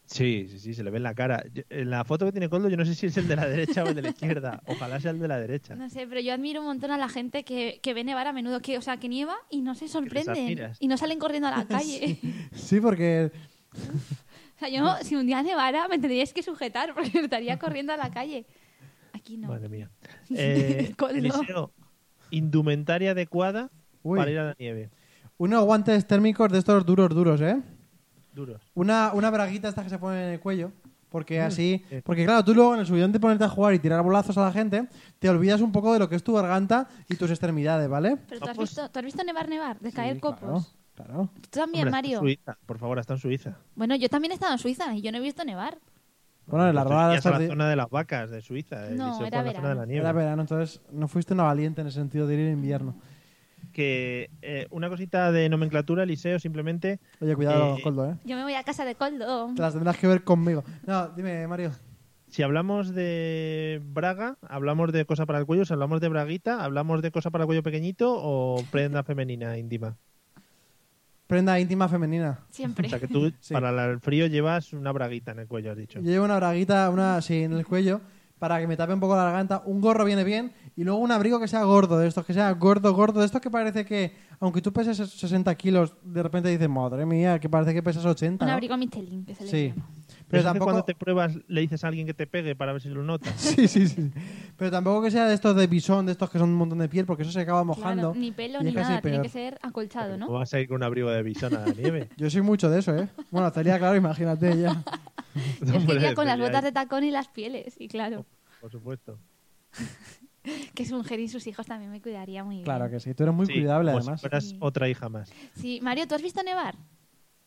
Speaker 3: Sí, sí, sí, se le ve en la cara. Yo- en la foto que tiene Coldo, yo no sé si es el de la derecha o el de la izquierda. Ojalá sea el de la derecha.
Speaker 6: No sé, pero yo admiro un montón a la gente que, que ve nevar a menudo, que, o sea, que nieva y no se sorprenden.
Speaker 3: admiras.
Speaker 6: Y no salen corriendo a la calle.
Speaker 5: Sí, porque
Speaker 6: o sea, yo, si un día nevara, me tendríais que sujetar porque estaría corriendo a la calle. Aquí no.
Speaker 3: Madre mía. Eh,
Speaker 6: Coldo.
Speaker 3: Eliseo, indumentaria adecuada
Speaker 5: Uy.
Speaker 3: para ir a la nieve.
Speaker 5: unos guantes térmicos de estos duros, duros, ¿eh?
Speaker 3: Duros.
Speaker 5: Una, una braguita estas que se ponen en el cuello.
Speaker 3: Mm,
Speaker 5: Porque así. Porque claro, tú luego en el subidón de ponerte a jugar y tirar bolazos a la gente, te olvidas un poco de lo que es tu garganta y tus extremidades, ¿vale?
Speaker 6: Pero ¿tú has,
Speaker 3: Vamos.
Speaker 6: visto, tú has visto nevar, nevar, de caer
Speaker 5: Sí,
Speaker 6: copos.
Speaker 5: Claro, claro.
Speaker 6: Tú
Speaker 3: Hombre, está
Speaker 6: también,
Speaker 3: en
Speaker 6: Mario.
Speaker 3: Suiza, por favor, está en Suiza.
Speaker 6: Bueno, yo también he estado en Suiza y yo no he visto nevar.
Speaker 5: Bueno, la
Speaker 3: Tú
Speaker 5: rara
Speaker 3: irías a la
Speaker 5: tarde-
Speaker 3: zona de las vacas de Suiza. eh,
Speaker 6: No,
Speaker 3: Eliseo,
Speaker 6: era
Speaker 3: por la zona de la
Speaker 6: verano.
Speaker 3: nieve.
Speaker 5: Era verano, entonces no fuiste una valiente en el sentido de ir en invierno.
Speaker 3: Que eh, una cosita de nomenclatura, Eliseo, simplemente.
Speaker 5: Oye, cuidado,
Speaker 3: Eh,
Speaker 5: Coldo, ¿eh?
Speaker 6: Yo me voy a casa de Coldo.
Speaker 5: Te las tendrás que ver conmigo. No, dime, Mario.
Speaker 3: Si hablamos de braga, hablamos de cosa para el cuello, si hablamos de braguita, hablamos de cosa para el cuello pequeñito o prenda femenina íntima.
Speaker 5: Prenda íntima femenina.
Speaker 3: O
Speaker 6: Siempre.
Speaker 3: sea que tú
Speaker 5: Sí.
Speaker 3: para la- el frío llevas una braguita en el cuello, has dicho.
Speaker 5: Yo llevo una braguita, una así en el cuello, para que me tape un poco la garganta. Un gorro viene bien y luego un abrigo que sea gordo, de estos que sea gordo, gordo, de estos que parece que, aunque tú peses 60 kilos, de repente dices, madre mía, que parece que pesas 80.
Speaker 6: Un
Speaker 5: ¿no?".
Speaker 6: abrigo Michelin, que se le
Speaker 5: Sí.
Speaker 6: llama.
Speaker 3: Pero
Speaker 5: Pero
Speaker 3: es que
Speaker 5: tampoco...
Speaker 3: cuando te pruebas le dices a alguien que te pegue para ver si lo notas.
Speaker 5: Sí, sí, sí. Pero tampoco que sea de estos de bisón, de estos que son un montón de piel, porque eso se acaba mojando.
Speaker 6: Claro, ni pelo
Speaker 5: y
Speaker 6: ni
Speaker 5: es casi
Speaker 6: nada, tiene
Speaker 5: peor.
Speaker 6: que ser acolchado,
Speaker 3: ¿Cómo
Speaker 6: ¿no?
Speaker 3: vas a ir con un abrigo de bisón a la nieve?
Speaker 5: Yo soy mucho de eso, ¿eh? Bueno, estaría claro, imagínate ya.
Speaker 6: Yo es que iría con las
Speaker 3: Hombre,
Speaker 6: botas de tacón y las pieles, y claro,
Speaker 5: Oh.
Speaker 3: Por supuesto.
Speaker 6: que su mujer y sus hijos también me cuidaría muy bien.
Speaker 5: Claro que sí, tú eres muy
Speaker 3: Sí,
Speaker 5: cuidable
Speaker 3: como
Speaker 5: además.
Speaker 3: Si fueras
Speaker 6: Sí.
Speaker 3: otra hija más.
Speaker 6: Sí, Mario, ¿tú has visto nevar?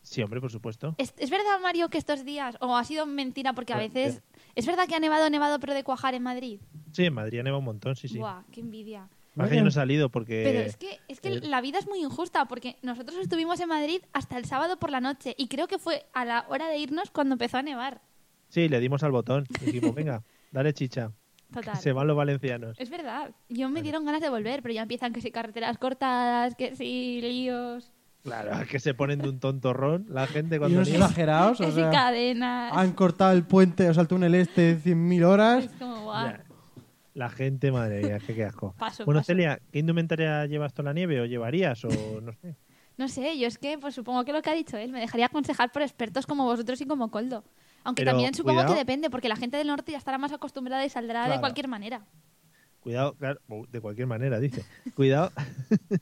Speaker 3: Sí, hombre, por supuesto.
Speaker 6: ¿Es, es verdad, Mario, que estos días, o ha sido mentira porque a
Speaker 5: Pues,
Speaker 3: Bueno,
Speaker 6: veces...
Speaker 5: eh.
Speaker 6: ¿Es verdad que ha nevado, nevado, pero de cuajar en Madrid?
Speaker 3: Sí, en Madrid neva un montón, sí, sí.
Speaker 6: Buah, qué envidia.
Speaker 3: Más que yo no he salido porque...
Speaker 6: Pero es que, es que
Speaker 3: eh,
Speaker 6: la vida es muy injusta porque nosotros estuvimos en Madrid hasta el sábado por la noche y creo que fue a la hora de irnos cuando empezó a nevar.
Speaker 3: Sí, le dimos al botón. Dijimos, venga, dale chicha.
Speaker 6: Total.
Speaker 3: Se van los valencianos.
Speaker 6: Es verdad, yo me dieron ganas de volver, pero ya empiezan que si carreteras cortadas, que si líos,
Speaker 3: Claro, que se ponen de un tontorrón la gente
Speaker 5: Y
Speaker 3: cuando
Speaker 5: unos
Speaker 3: nieva.
Speaker 5: exagerados,
Speaker 6: que
Speaker 5: o
Speaker 6: si
Speaker 5: sea,
Speaker 6: cadenas.
Speaker 5: han cortado el puente, o sea, el túnel este 100.000 horas.
Speaker 6: Es como, guau.
Speaker 3: Ya. La gente, madre mía, qué, qué asco.
Speaker 6: Paso,
Speaker 3: bueno,
Speaker 6: paso.
Speaker 3: Celia, ¿qué indumentaria llevas tú en la nieve o llevarías o no sé?
Speaker 6: No sé, yo es que pues supongo que lo que ha dicho él, me dejaría aconsejar por expertos como vosotros y como Coldo. Aunque
Speaker 3: Pero,
Speaker 6: también supongo
Speaker 3: cuidado.
Speaker 6: que depende, porque la gente del norte ya estará más acostumbrada y saldrá de
Speaker 5: Claro.
Speaker 6: cualquier manera.
Speaker 3: Cuidado, claro, bu- de cualquier manera, dice. Cuidado,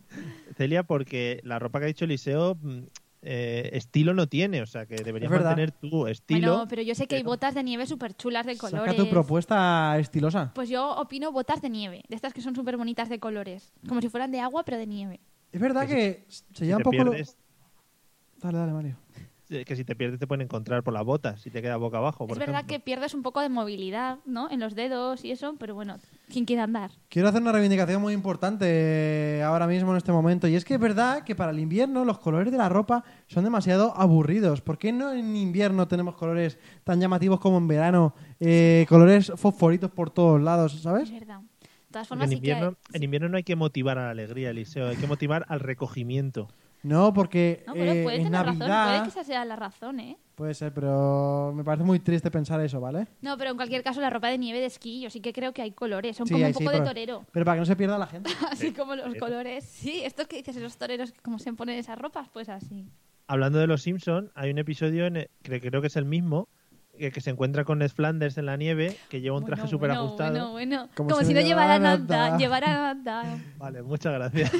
Speaker 3: Celia, porque la ropa que ha dicho Eliseo mm, eh, estilo no tiene, o sea que deberías
Speaker 5: Es verdad.
Speaker 3: mantener tu estilo.
Speaker 6: Bueno, pero yo sé que hay botas de nieve súper chulas de
Speaker 5: Saca
Speaker 6: colores.
Speaker 5: tu propuesta estilosa.
Speaker 6: Pues yo opino botas de nieve, de estas que son súper bonitas de colores, como si fueran de agua pero de nieve.
Speaker 5: Es verdad que se
Speaker 3: Si
Speaker 5: lleva un
Speaker 3: te
Speaker 5: poco... lo-
Speaker 3: pierdes-
Speaker 5: Dale, dale, Mario.
Speaker 3: eh, que si te pierdes te pueden encontrar por las botas, si te queda boca abajo.
Speaker 6: Es
Speaker 3: por
Speaker 6: verdad
Speaker 3: ejemplo.
Speaker 6: que pierdes un poco de movilidad, ¿no? En los dedos y eso, pero bueno, quien quiera andar.
Speaker 5: Quiero hacer una reivindicación muy importante ahora mismo en este momento. Y es que es verdad que para el invierno los colores de la ropa son demasiado aburridos. ¿Por qué no en invierno tenemos colores tan llamativos como en verano? Eh, colores fosforitos por todos lados, ¿sabes?
Speaker 6: Es verdad. De todas
Speaker 3: ¿Eh? Porque
Speaker 6: formas,
Speaker 3: en,
Speaker 6: sí
Speaker 3: invierno,
Speaker 6: que...
Speaker 3: en invierno no hay que motivar a la alegría, Eliseo, hay que motivar al recogimiento.
Speaker 5: No, porque
Speaker 6: No, bueno,
Speaker 5: eh,
Speaker 6: puede
Speaker 5: en
Speaker 6: tener
Speaker 5: Navidad...
Speaker 6: razón, puede que esa sea la razón, ¿eh?
Speaker 5: Puede ser, pero me parece muy triste pensar eso, ¿vale?
Speaker 6: No, pero en cualquier caso, la ropa de nieve de esquí, yo sí que creo que hay colores, son
Speaker 5: Sí,
Speaker 6: como
Speaker 5: ahí
Speaker 6: un
Speaker 5: sí,
Speaker 6: poco de
Speaker 5: pero-
Speaker 6: torero.
Speaker 5: Pero para que no se pierda la gente.
Speaker 6: Así como los colores, sí, estos que dices, esos toreros, que como se ponen esas ropas, pues así.
Speaker 3: hablando de los Simpsons, hay un episodio, en, que creo que es el mismo, eh, que, que se encuentra con Ned Flanders en la nieve, que lleva un traje
Speaker 6: Bueno,
Speaker 3: súper
Speaker 6: bueno,
Speaker 3: ajustado.
Speaker 6: bueno, bueno.
Speaker 5: Como
Speaker 6: Como,
Speaker 5: si
Speaker 6: si
Speaker 5: no
Speaker 6: no llevara
Speaker 5: llevara
Speaker 6: nada,
Speaker 5: nada.
Speaker 6: llevara nada.
Speaker 3: Vale, muchas gracias.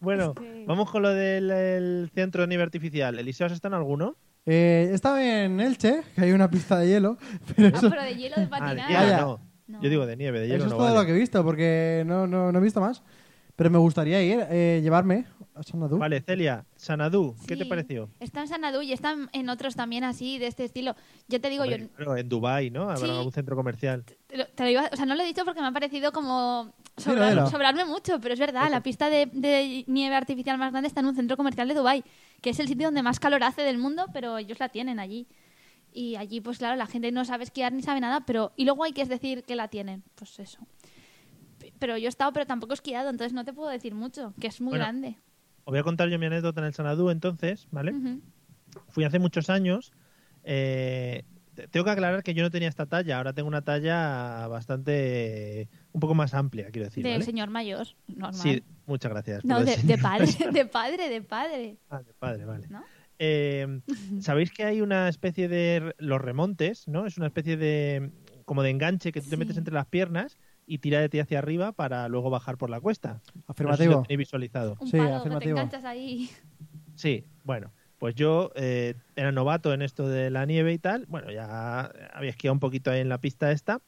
Speaker 3: bueno,
Speaker 6: Este-
Speaker 3: vamos con lo del el centro de nieve artificial. ¿Eliseo, ¿has estado en alguno?
Speaker 5: Eh, estaba en Elche, que hay una pista de hielo, pero
Speaker 6: Ah,
Speaker 5: eso,
Speaker 6: pero de hielo de
Speaker 3: Ah, de
Speaker 6: patinar.
Speaker 3: hielo
Speaker 5: Vaya.
Speaker 3: no.
Speaker 6: No.
Speaker 3: Yo digo de nieve, de hielo
Speaker 5: eso es
Speaker 3: no
Speaker 5: todo
Speaker 3: vale.
Speaker 5: lo que he visto, porque no, no, no he visto más. Pero me gustaría ir, eh, llevarme a Sanadú.
Speaker 3: Vale, Celia, Sanadú, ¿qué te
Speaker 6: Sí.
Speaker 3: pareció?
Speaker 6: Está en Sanadú y están en otros también así, de este estilo. Yo te digo,
Speaker 3: Hombre,
Speaker 6: yo
Speaker 3: claro, en Dubai, ¿no? Habrá
Speaker 6: Sí.
Speaker 3: algún centro comercial.
Speaker 6: te lo, te lo iba- o sea, no lo he dicho porque me ha parecido como
Speaker 5: Dilo,
Speaker 6: sobrar-
Speaker 5: dilo.
Speaker 6: sobrarme mucho, pero es verdad, la pista de, de nieve artificial más grande está en un centro comercial de Dubai, que es el sitio donde más calor hace del mundo, pero ellos la tienen allí. Y allí, pues claro, la gente no sabe esquiar ni sabe nada, pero y luego hay que decir que la tienen, pues eso. P- Pero yo he estado, pero tampoco he esquiado, entonces no te puedo decir mucho, que es muy
Speaker 3: Bueno.
Speaker 6: grande.
Speaker 3: Os voy a contar yo mi anécdota en el Sanadú entonces, ¿vale?
Speaker 6: Ujú.
Speaker 3: Fui hace muchos años. eh, te- tengo que aclarar que yo no tenía esta talla, ahora tengo una talla bastante... un poco más amplia, quiero decir.
Speaker 6: Del
Speaker 3: ¿vale?
Speaker 6: señor mayor, normal.
Speaker 3: Sí, muchas gracias.
Speaker 6: no,
Speaker 3: por
Speaker 6: de,
Speaker 3: decir-
Speaker 6: de padre, de padre, de padre.
Speaker 3: Ah, de padre, vale.
Speaker 6: ¿No? Mm.
Speaker 3: Eh, Sabéis que hay una especie de... re- los remontes, ¿no? Es una especie de... como de enganche que tú te
Speaker 6: Sí.
Speaker 3: metes entre las piernas y tira de ti hacia arriba para luego bajar por la cuesta. No sé si
Speaker 5: Afirmativo.
Speaker 3: lo tenéis visualizado.
Speaker 6: Un
Speaker 5: Sí,
Speaker 6: palo que te
Speaker 5: afirmativo.
Speaker 6: enganchas ahí.
Speaker 3: Sí, bueno, pues yo eh, era novato en esto de la nieve y tal. Bueno, ya había esquiado un poquito ahí en la pista esta.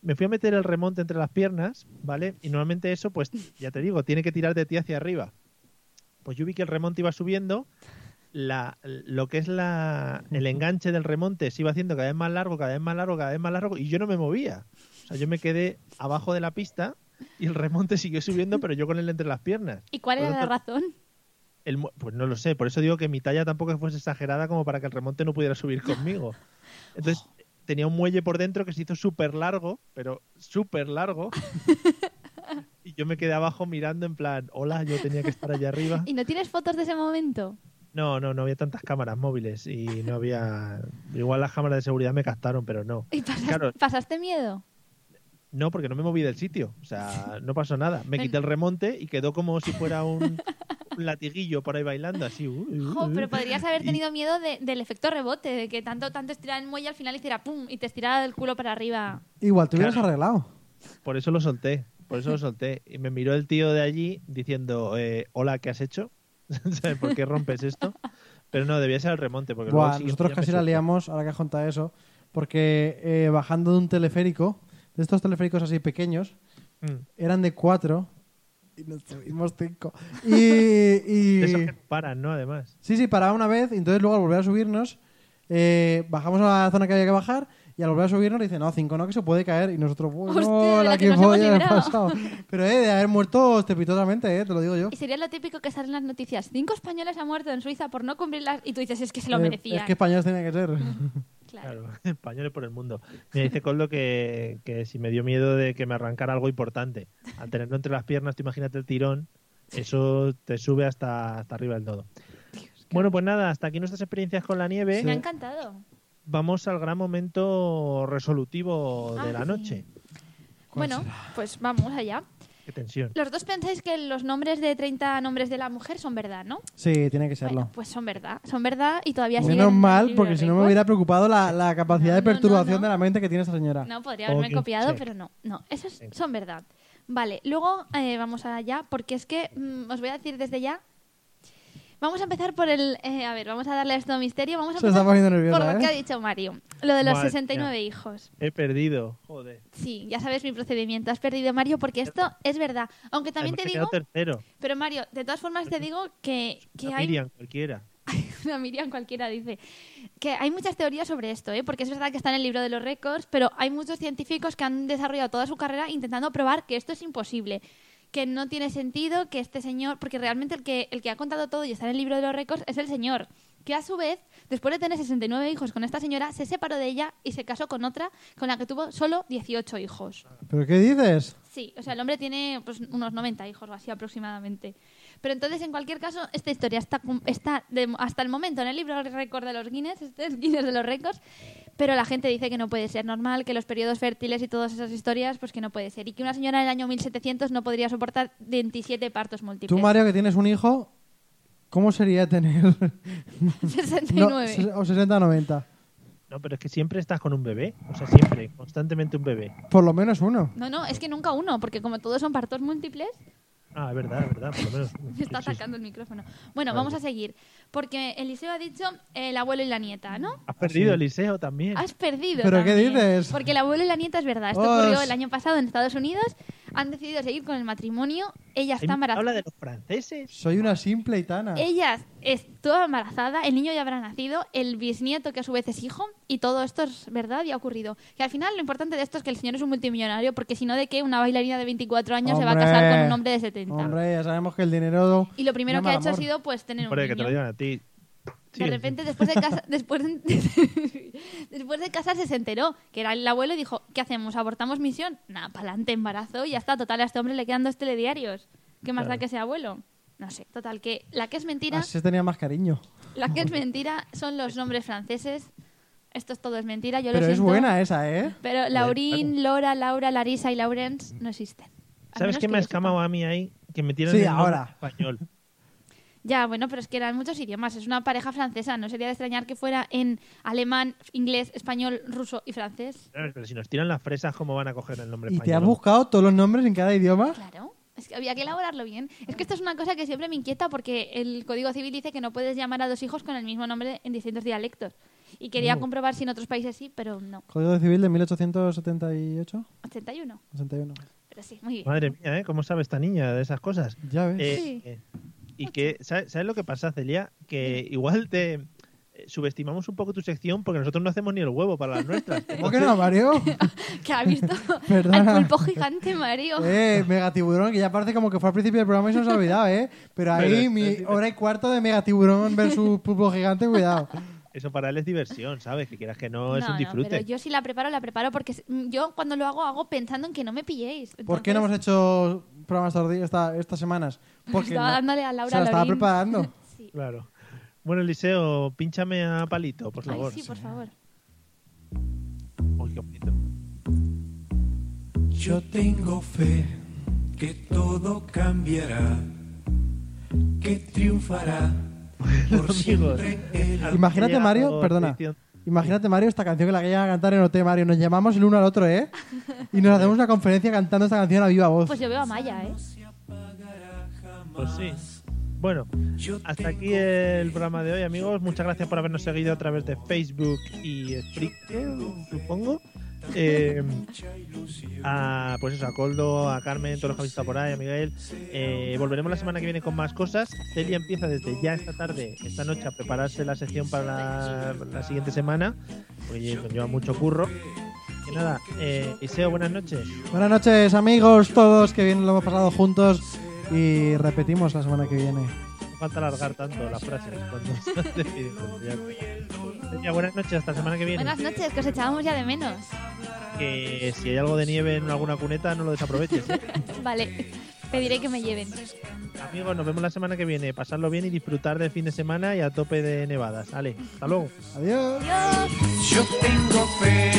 Speaker 3: Me fui a meter el remonte entre las piernas, ¿vale? Y normalmente eso, pues ya te digo, tiene que tirar de ti hacia arriba. Pues yo vi que el remonte iba subiendo, la, lo que es la, el enganche del remonte se iba haciendo cada vez más largo, cada vez más largo, cada vez más largo, y yo no me movía. O sea, yo me quedé abajo de la pista y el remonte siguió subiendo, pero yo con él entre las piernas.
Speaker 6: ¿Y cuál
Speaker 3: Por
Speaker 6: era la
Speaker 3: tanto,
Speaker 6: razón?
Speaker 3: el mu- pues no lo sé, por eso digo que mi talla tampoco fuese exagerada como para que el remonte no pudiera subir conmigo. Entonces tenía un muelle por dentro que se hizo súper largo, pero súper largo. Y yo me quedé abajo mirando en plan, hola, yo tenía que estar allá arriba.
Speaker 6: ¿Y no tienes fotos de ese momento?
Speaker 3: No, no, no había tantas cámaras móviles y no había... Igual las cámaras de seguridad me captaron, pero no.
Speaker 6: ¿Y pasas-
Speaker 3: Claro.
Speaker 6: pasaste miedo?
Speaker 3: No, porque no me moví del sitio. O sea, no pasó nada. Me quité el remonte y quedó como si fuera un, un latiguillo por ahí bailando, así. uh, uh,
Speaker 6: Jo, pero
Speaker 3: uh.
Speaker 6: podrías haber
Speaker 3: Y-
Speaker 6: tenido miedo de- del efecto rebote, de que tanto, tanto estirar el muelle al final hiciera pum y te estirara del culo para arriba.
Speaker 5: Igual te hubieras
Speaker 3: Claro.
Speaker 5: arreglado.
Speaker 3: Por eso lo solté, por eso lo solté. Y me miró el tío de allí diciendo, eh, hola, ¿qué has hecho? ¿Sabes por qué rompes esto? Pero no, debía ser el remonte, porque
Speaker 5: Buah,
Speaker 3: luego sí que
Speaker 5: nosotros
Speaker 3: ya me
Speaker 5: casi la
Speaker 3: soltó.
Speaker 5: liamos, ahora que has contado eso, porque eh, bajando de un teleférico, de estos teleféricos así pequeños,
Speaker 3: Mm.
Speaker 5: eran de cuatro y nos subimos cinco. Y, y-
Speaker 3: De esos que no paran, ¿no? Además.
Speaker 5: Sí, sí, paraba una vez, y entonces luego al volver a subirnos, eh, bajamos a la zona que había que bajar y al volver a subirnos le dicen, no, cinco no, que se puede caer. Y nosotros, bueno,
Speaker 6: Hostia, de la que nos hemos
Speaker 5: polla le ha
Speaker 6: librado".
Speaker 5: pasado. Pero eh, de haber muerto estrepitosamente, eh, te lo digo yo.
Speaker 6: Y sería lo típico que sale en las noticias. Cinco españoles han muerto en Suiza por no cumplir las... Y tú dices, es que se lo
Speaker 5: Eh,
Speaker 6: merecían.
Speaker 5: es que españoles tenía que ser.
Speaker 6: Claro.
Speaker 3: Claro, españoles por el mundo. Me dice Coldo que, que si me dio miedo de que me arrancara algo importante. Al tenerlo entre las piernas, tú imagínate el tirón, eso te sube hasta, hasta arriba del todo. Bueno, pues nada, hasta aquí nuestras experiencias con la nieve.
Speaker 6: Me ha encantado.
Speaker 3: Vamos al gran momento resolutivo de
Speaker 6: Ah,
Speaker 3: la
Speaker 6: sí.
Speaker 3: noche.
Speaker 6: Bueno, pues vamos allá.
Speaker 3: Qué tensión.
Speaker 6: Los dos pensáis que los nombres de 30 nombres de la mujer son verdad, ¿no?
Speaker 5: Sí, tiene que serlo.
Speaker 6: Bueno, pues son verdad. Son verdad y todavía siguen
Speaker 5: Menos
Speaker 6: en el
Speaker 5: mal,
Speaker 6: libro
Speaker 5: porque
Speaker 6: de
Speaker 5: si no me
Speaker 6: récords.
Speaker 5: hubiera preocupado la, la capacidad
Speaker 6: No,
Speaker 5: de
Speaker 6: no, no,
Speaker 5: perturbación
Speaker 6: no.
Speaker 5: de la mente que tiene esta señora.
Speaker 6: No, podría haberme
Speaker 3: Ok,
Speaker 6: copiado,
Speaker 3: check.
Speaker 6: pero no. No, esas
Speaker 3: Venga.
Speaker 6: son verdad. Vale, luego eh, vamos allá, porque es que mm, os voy a decir desde ya. Vamos a empezar por el. eh, a ver, vamos a darle a esto misterio. Vamos a
Speaker 5: Se
Speaker 6: empezar
Speaker 5: está poniendo nerviosa,
Speaker 6: por lo que
Speaker 5: ¿eh?
Speaker 6: ha dicho Mario. Lo de los
Speaker 3: Madre
Speaker 6: 69
Speaker 3: mía.
Speaker 6: hijos.
Speaker 3: He perdido. Joder.
Speaker 6: Sí, ya sabes mi procedimiento. Has perdido, Mario, porque esto es verdad. Aunque también
Speaker 3: Además,
Speaker 6: te
Speaker 3: he
Speaker 6: digo.
Speaker 3: quedado tercero.
Speaker 6: Pero Mario, de todas formas te digo que, que
Speaker 3: Una
Speaker 6: hay.
Speaker 3: Miriam, cualquiera.
Speaker 6: una Miriam cualquiera dice que hay muchas teorías sobre esto, ¿eh? porque es verdad que está en el libro de los récords, pero hay muchos científicos que han desarrollado toda su carrera intentando probar que esto es imposible, que no tiene sentido que este señor, porque realmente el que, el que ha contado todo y está en el libro de los récords es el señor, que a su vez, después de tener 69 hijos con esta señora, se separó de ella y se casó con otra con la que tuvo solo 18 hijos.
Speaker 5: ¿Pero qué dices?
Speaker 6: Sí, o sea, el hombre tiene pues, unos 90 hijos o así aproximadamente. Pero entonces, en cualquier caso, esta historia está, cum- está de- hasta el momento en el libro récord de los Guinness, este es Guinness de los récords, pero la gente dice que no puede ser normal, que los periodos fértiles y todas esas historias, pues que no puede ser. Y que una señora en el año 1700 no podría soportar 27 partos múltiples.
Speaker 5: Tú, Mario, que tienes un hijo, ¿Cómo sería tener no,
Speaker 6: 69.
Speaker 5: ses- o 60-90?
Speaker 3: No, pero es que siempre estás con un bebé. O sea, siempre, constantemente un bebé.
Speaker 5: Por lo menos uno.
Speaker 6: No, no, es que nunca uno, porque como todos son partos múltiples,
Speaker 3: Ah, es verdad, es verdad, por lo menos.
Speaker 6: me está
Speaker 3: Sí, sí.
Speaker 6: atacando el micrófono. Bueno, vamos a seguir, porque Eliseo ha dicho el abuelo y la nieta, ¿no?
Speaker 3: Has
Speaker 5: Ah,
Speaker 3: perdido Eliseo también.
Speaker 6: Has perdido.
Speaker 5: ¿Pero qué
Speaker 6: también,
Speaker 5: dices?
Speaker 6: Porque el abuelo y la nieta es verdad. Esto
Speaker 5: Oh,
Speaker 6: ocurrió
Speaker 5: es-
Speaker 6: el año pasado en Estados Unidos. Han decidido seguir con el matrimonio. Ella está
Speaker 3: Habla
Speaker 6: embarazada.
Speaker 3: de los franceses.
Speaker 5: Soy una simple itana.
Speaker 6: Ella está embarazada, el niño ya habrá nacido, el bisnieto que a su vez es hijo, y todo esto es verdad y ha ocurrido. Que al final lo importante de esto es que el señor es un multimillonario, porque si no, ¿de qué una bailarina de 24 años se va a
Speaker 5: Hombre.
Speaker 6: casar con un hombre de 70?
Speaker 5: Hombre, ya sabemos que el dinero...
Speaker 6: Y lo primero
Speaker 5: llama
Speaker 6: que ha
Speaker 5: al
Speaker 6: hecho ha
Speaker 5: amor.
Speaker 6: sido pues tener un
Speaker 3: Hombre, que te lo
Speaker 6: niño.
Speaker 3: digan a ti. Sí,
Speaker 6: De repente después de casa, después de- después de casarse se enteró que era el abuelo y dijo, "¿Qué hacemos? ¿Abortamos misión?" Nada, pa'lante, embarazo y ya está, total a este hombre le quedan dos telediarios. ¿Qué más da que sea abuelo? No sé, total que la que es mentira,
Speaker 5: Así tenía más cariño.
Speaker 6: la que es mentira son los nombres franceses. Esto es todo es mentira, yo lo
Speaker 5: Pero es
Speaker 6: siento.
Speaker 5: buena esa, ¿eh?
Speaker 6: Pero Laurín, Lora, Laura, Larisa y Laurens no existen. Al
Speaker 3: ¿Sabes
Speaker 6: menos
Speaker 3: qué
Speaker 6: que
Speaker 3: me ha
Speaker 6: yo sepa.
Speaker 3: escamado a mí ahí? Que metieron
Speaker 5: Sí,
Speaker 3: el nombre
Speaker 5: ahora.
Speaker 3: español.
Speaker 6: Ya, bueno, pero es que eran muchos idiomas. Es una pareja francesa. No sería de extrañar que fuera en alemán, inglés, español, ruso y francés.
Speaker 3: Claro, Pero si nos tiran las fresas, ¿cómo van a coger el nombre
Speaker 5: ¿Y
Speaker 3: español?
Speaker 5: te has buscado todos los nombres en cada idioma?
Speaker 6: Claro. Es que había que elaborarlo bien. Es que esto es una cosa que siempre me inquieta porque el Código Civil dice que no puedes llamar a dos hijos con el mismo nombre en distintos dialectos. Y quería comprobar si en otros países sí, pero no.
Speaker 5: Código Civil de 1878,
Speaker 6: 81.
Speaker 5: 81.
Speaker 6: Pero sí, muy bien.
Speaker 3: Madre mía, ¿eh? ¿Cómo sabe esta niña de esas cosas?
Speaker 5: Ya ves.
Speaker 3: Eh,
Speaker 6: Sí.
Speaker 3: eh, y que, ¿sabes, sabes lo que pasa, Celia? Que igual te eh, subestimamos un poco tu sección porque nosotros no hacemos ni el huevo para las nuestras.
Speaker 5: ¿Cómo que no, Mario?
Speaker 6: Que ha visto
Speaker 5: Perdona.
Speaker 6: al pulpo gigante, Mario.
Speaker 5: eh, Megatiburón, que ya parece como que fue al principio del programa y se nos ha olvidado, ¿eh? Pero
Speaker 3: Pero eh,
Speaker 5: ahí
Speaker 3: es-
Speaker 5: mi
Speaker 3: es-
Speaker 5: hora y cuarto de Megatiburón versus Pulpo Gigante, cuidado.
Speaker 3: Eso para él es diversión, ¿sabes? Que quieras que no,
Speaker 6: No,
Speaker 3: es un
Speaker 6: no,
Speaker 3: disfrute.
Speaker 6: pero yo si la preparo, la preparo porque es- mm, yo cuando lo hago, hago pensando en que no me pilléis.
Speaker 5: ¿Por qué no
Speaker 6: Entonces- Pues
Speaker 5: hemos hecho programas tardi- esta- estas semanas? Porque
Speaker 6: Estaba
Speaker 5: no-
Speaker 6: dándole a Laura
Speaker 5: se la estaba
Speaker 6: Lorín.
Speaker 5: preparando.
Speaker 6: Sí.
Speaker 3: Claro. Bueno, Eliseo, pínchame a Palito, por
Speaker 6: Ay,
Speaker 3: favor.
Speaker 6: sí, por favor.
Speaker 3: Uy, qué bonito.
Speaker 8: Yo tengo fe que todo cambiará, que triunfará por siempre el amor.
Speaker 5: Imagínate,
Speaker 3: Llegado,
Speaker 5: Mario, perdona.
Speaker 3: edición.
Speaker 5: Imagínate, Mario, esta canción que la que iba a cantar en OT, Mario. Nos llamamos el uno al otro, ¿eh? Y nos hacemos una conferencia cantando esta canción a viva voz.
Speaker 6: Pues yo veo a Maya, ¿eh?
Speaker 3: Pues sí. Bueno, hasta aquí el programa de hoy, amigos. Muchas gracias por habernos seguido a través de Facebook y Spreaker, supongo. Eh, a, pues eso, a Coldo, a Carmen, todos los que habéis estado por ahí, a Miguel. Eh, volveremos la semana que viene con más cosas. Celia empieza desde ya esta tarde, esta noche, a prepararse la sección para la, la siguiente semana, porque nos lleva mucho curro. Y nada, eh, Iseo, buenas noches.
Speaker 5: Buenas noches, amigos, todos que bien lo hemos pasado juntos. Y repetimos la semana que viene.
Speaker 3: No falta alargar tanto las frases cuando se despiden, cuando ya está. Celia, buenas noches, hasta la semana que viene.
Speaker 6: Buenas noches, que os echábamos ya de menos.
Speaker 3: Que si hay algo de nieve en alguna cuneta, no lo desaproveches. ¿eh?
Speaker 6: Vale, pediré que me lleven.
Speaker 3: Amigos, nos vemos la semana que viene. Pasarlo bien y disfrutar del fin de semana y a tope de nevadas. Vale, hasta luego.
Speaker 5: Adiós.
Speaker 8: Yo tengo fe,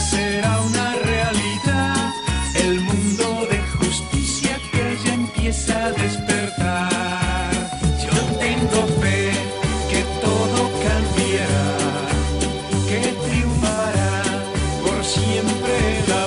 Speaker 8: será una realidad. El mundo de justicia que ya empieza a despertar. Yo tengo fe que todo cambiará, que triunfará por siempre la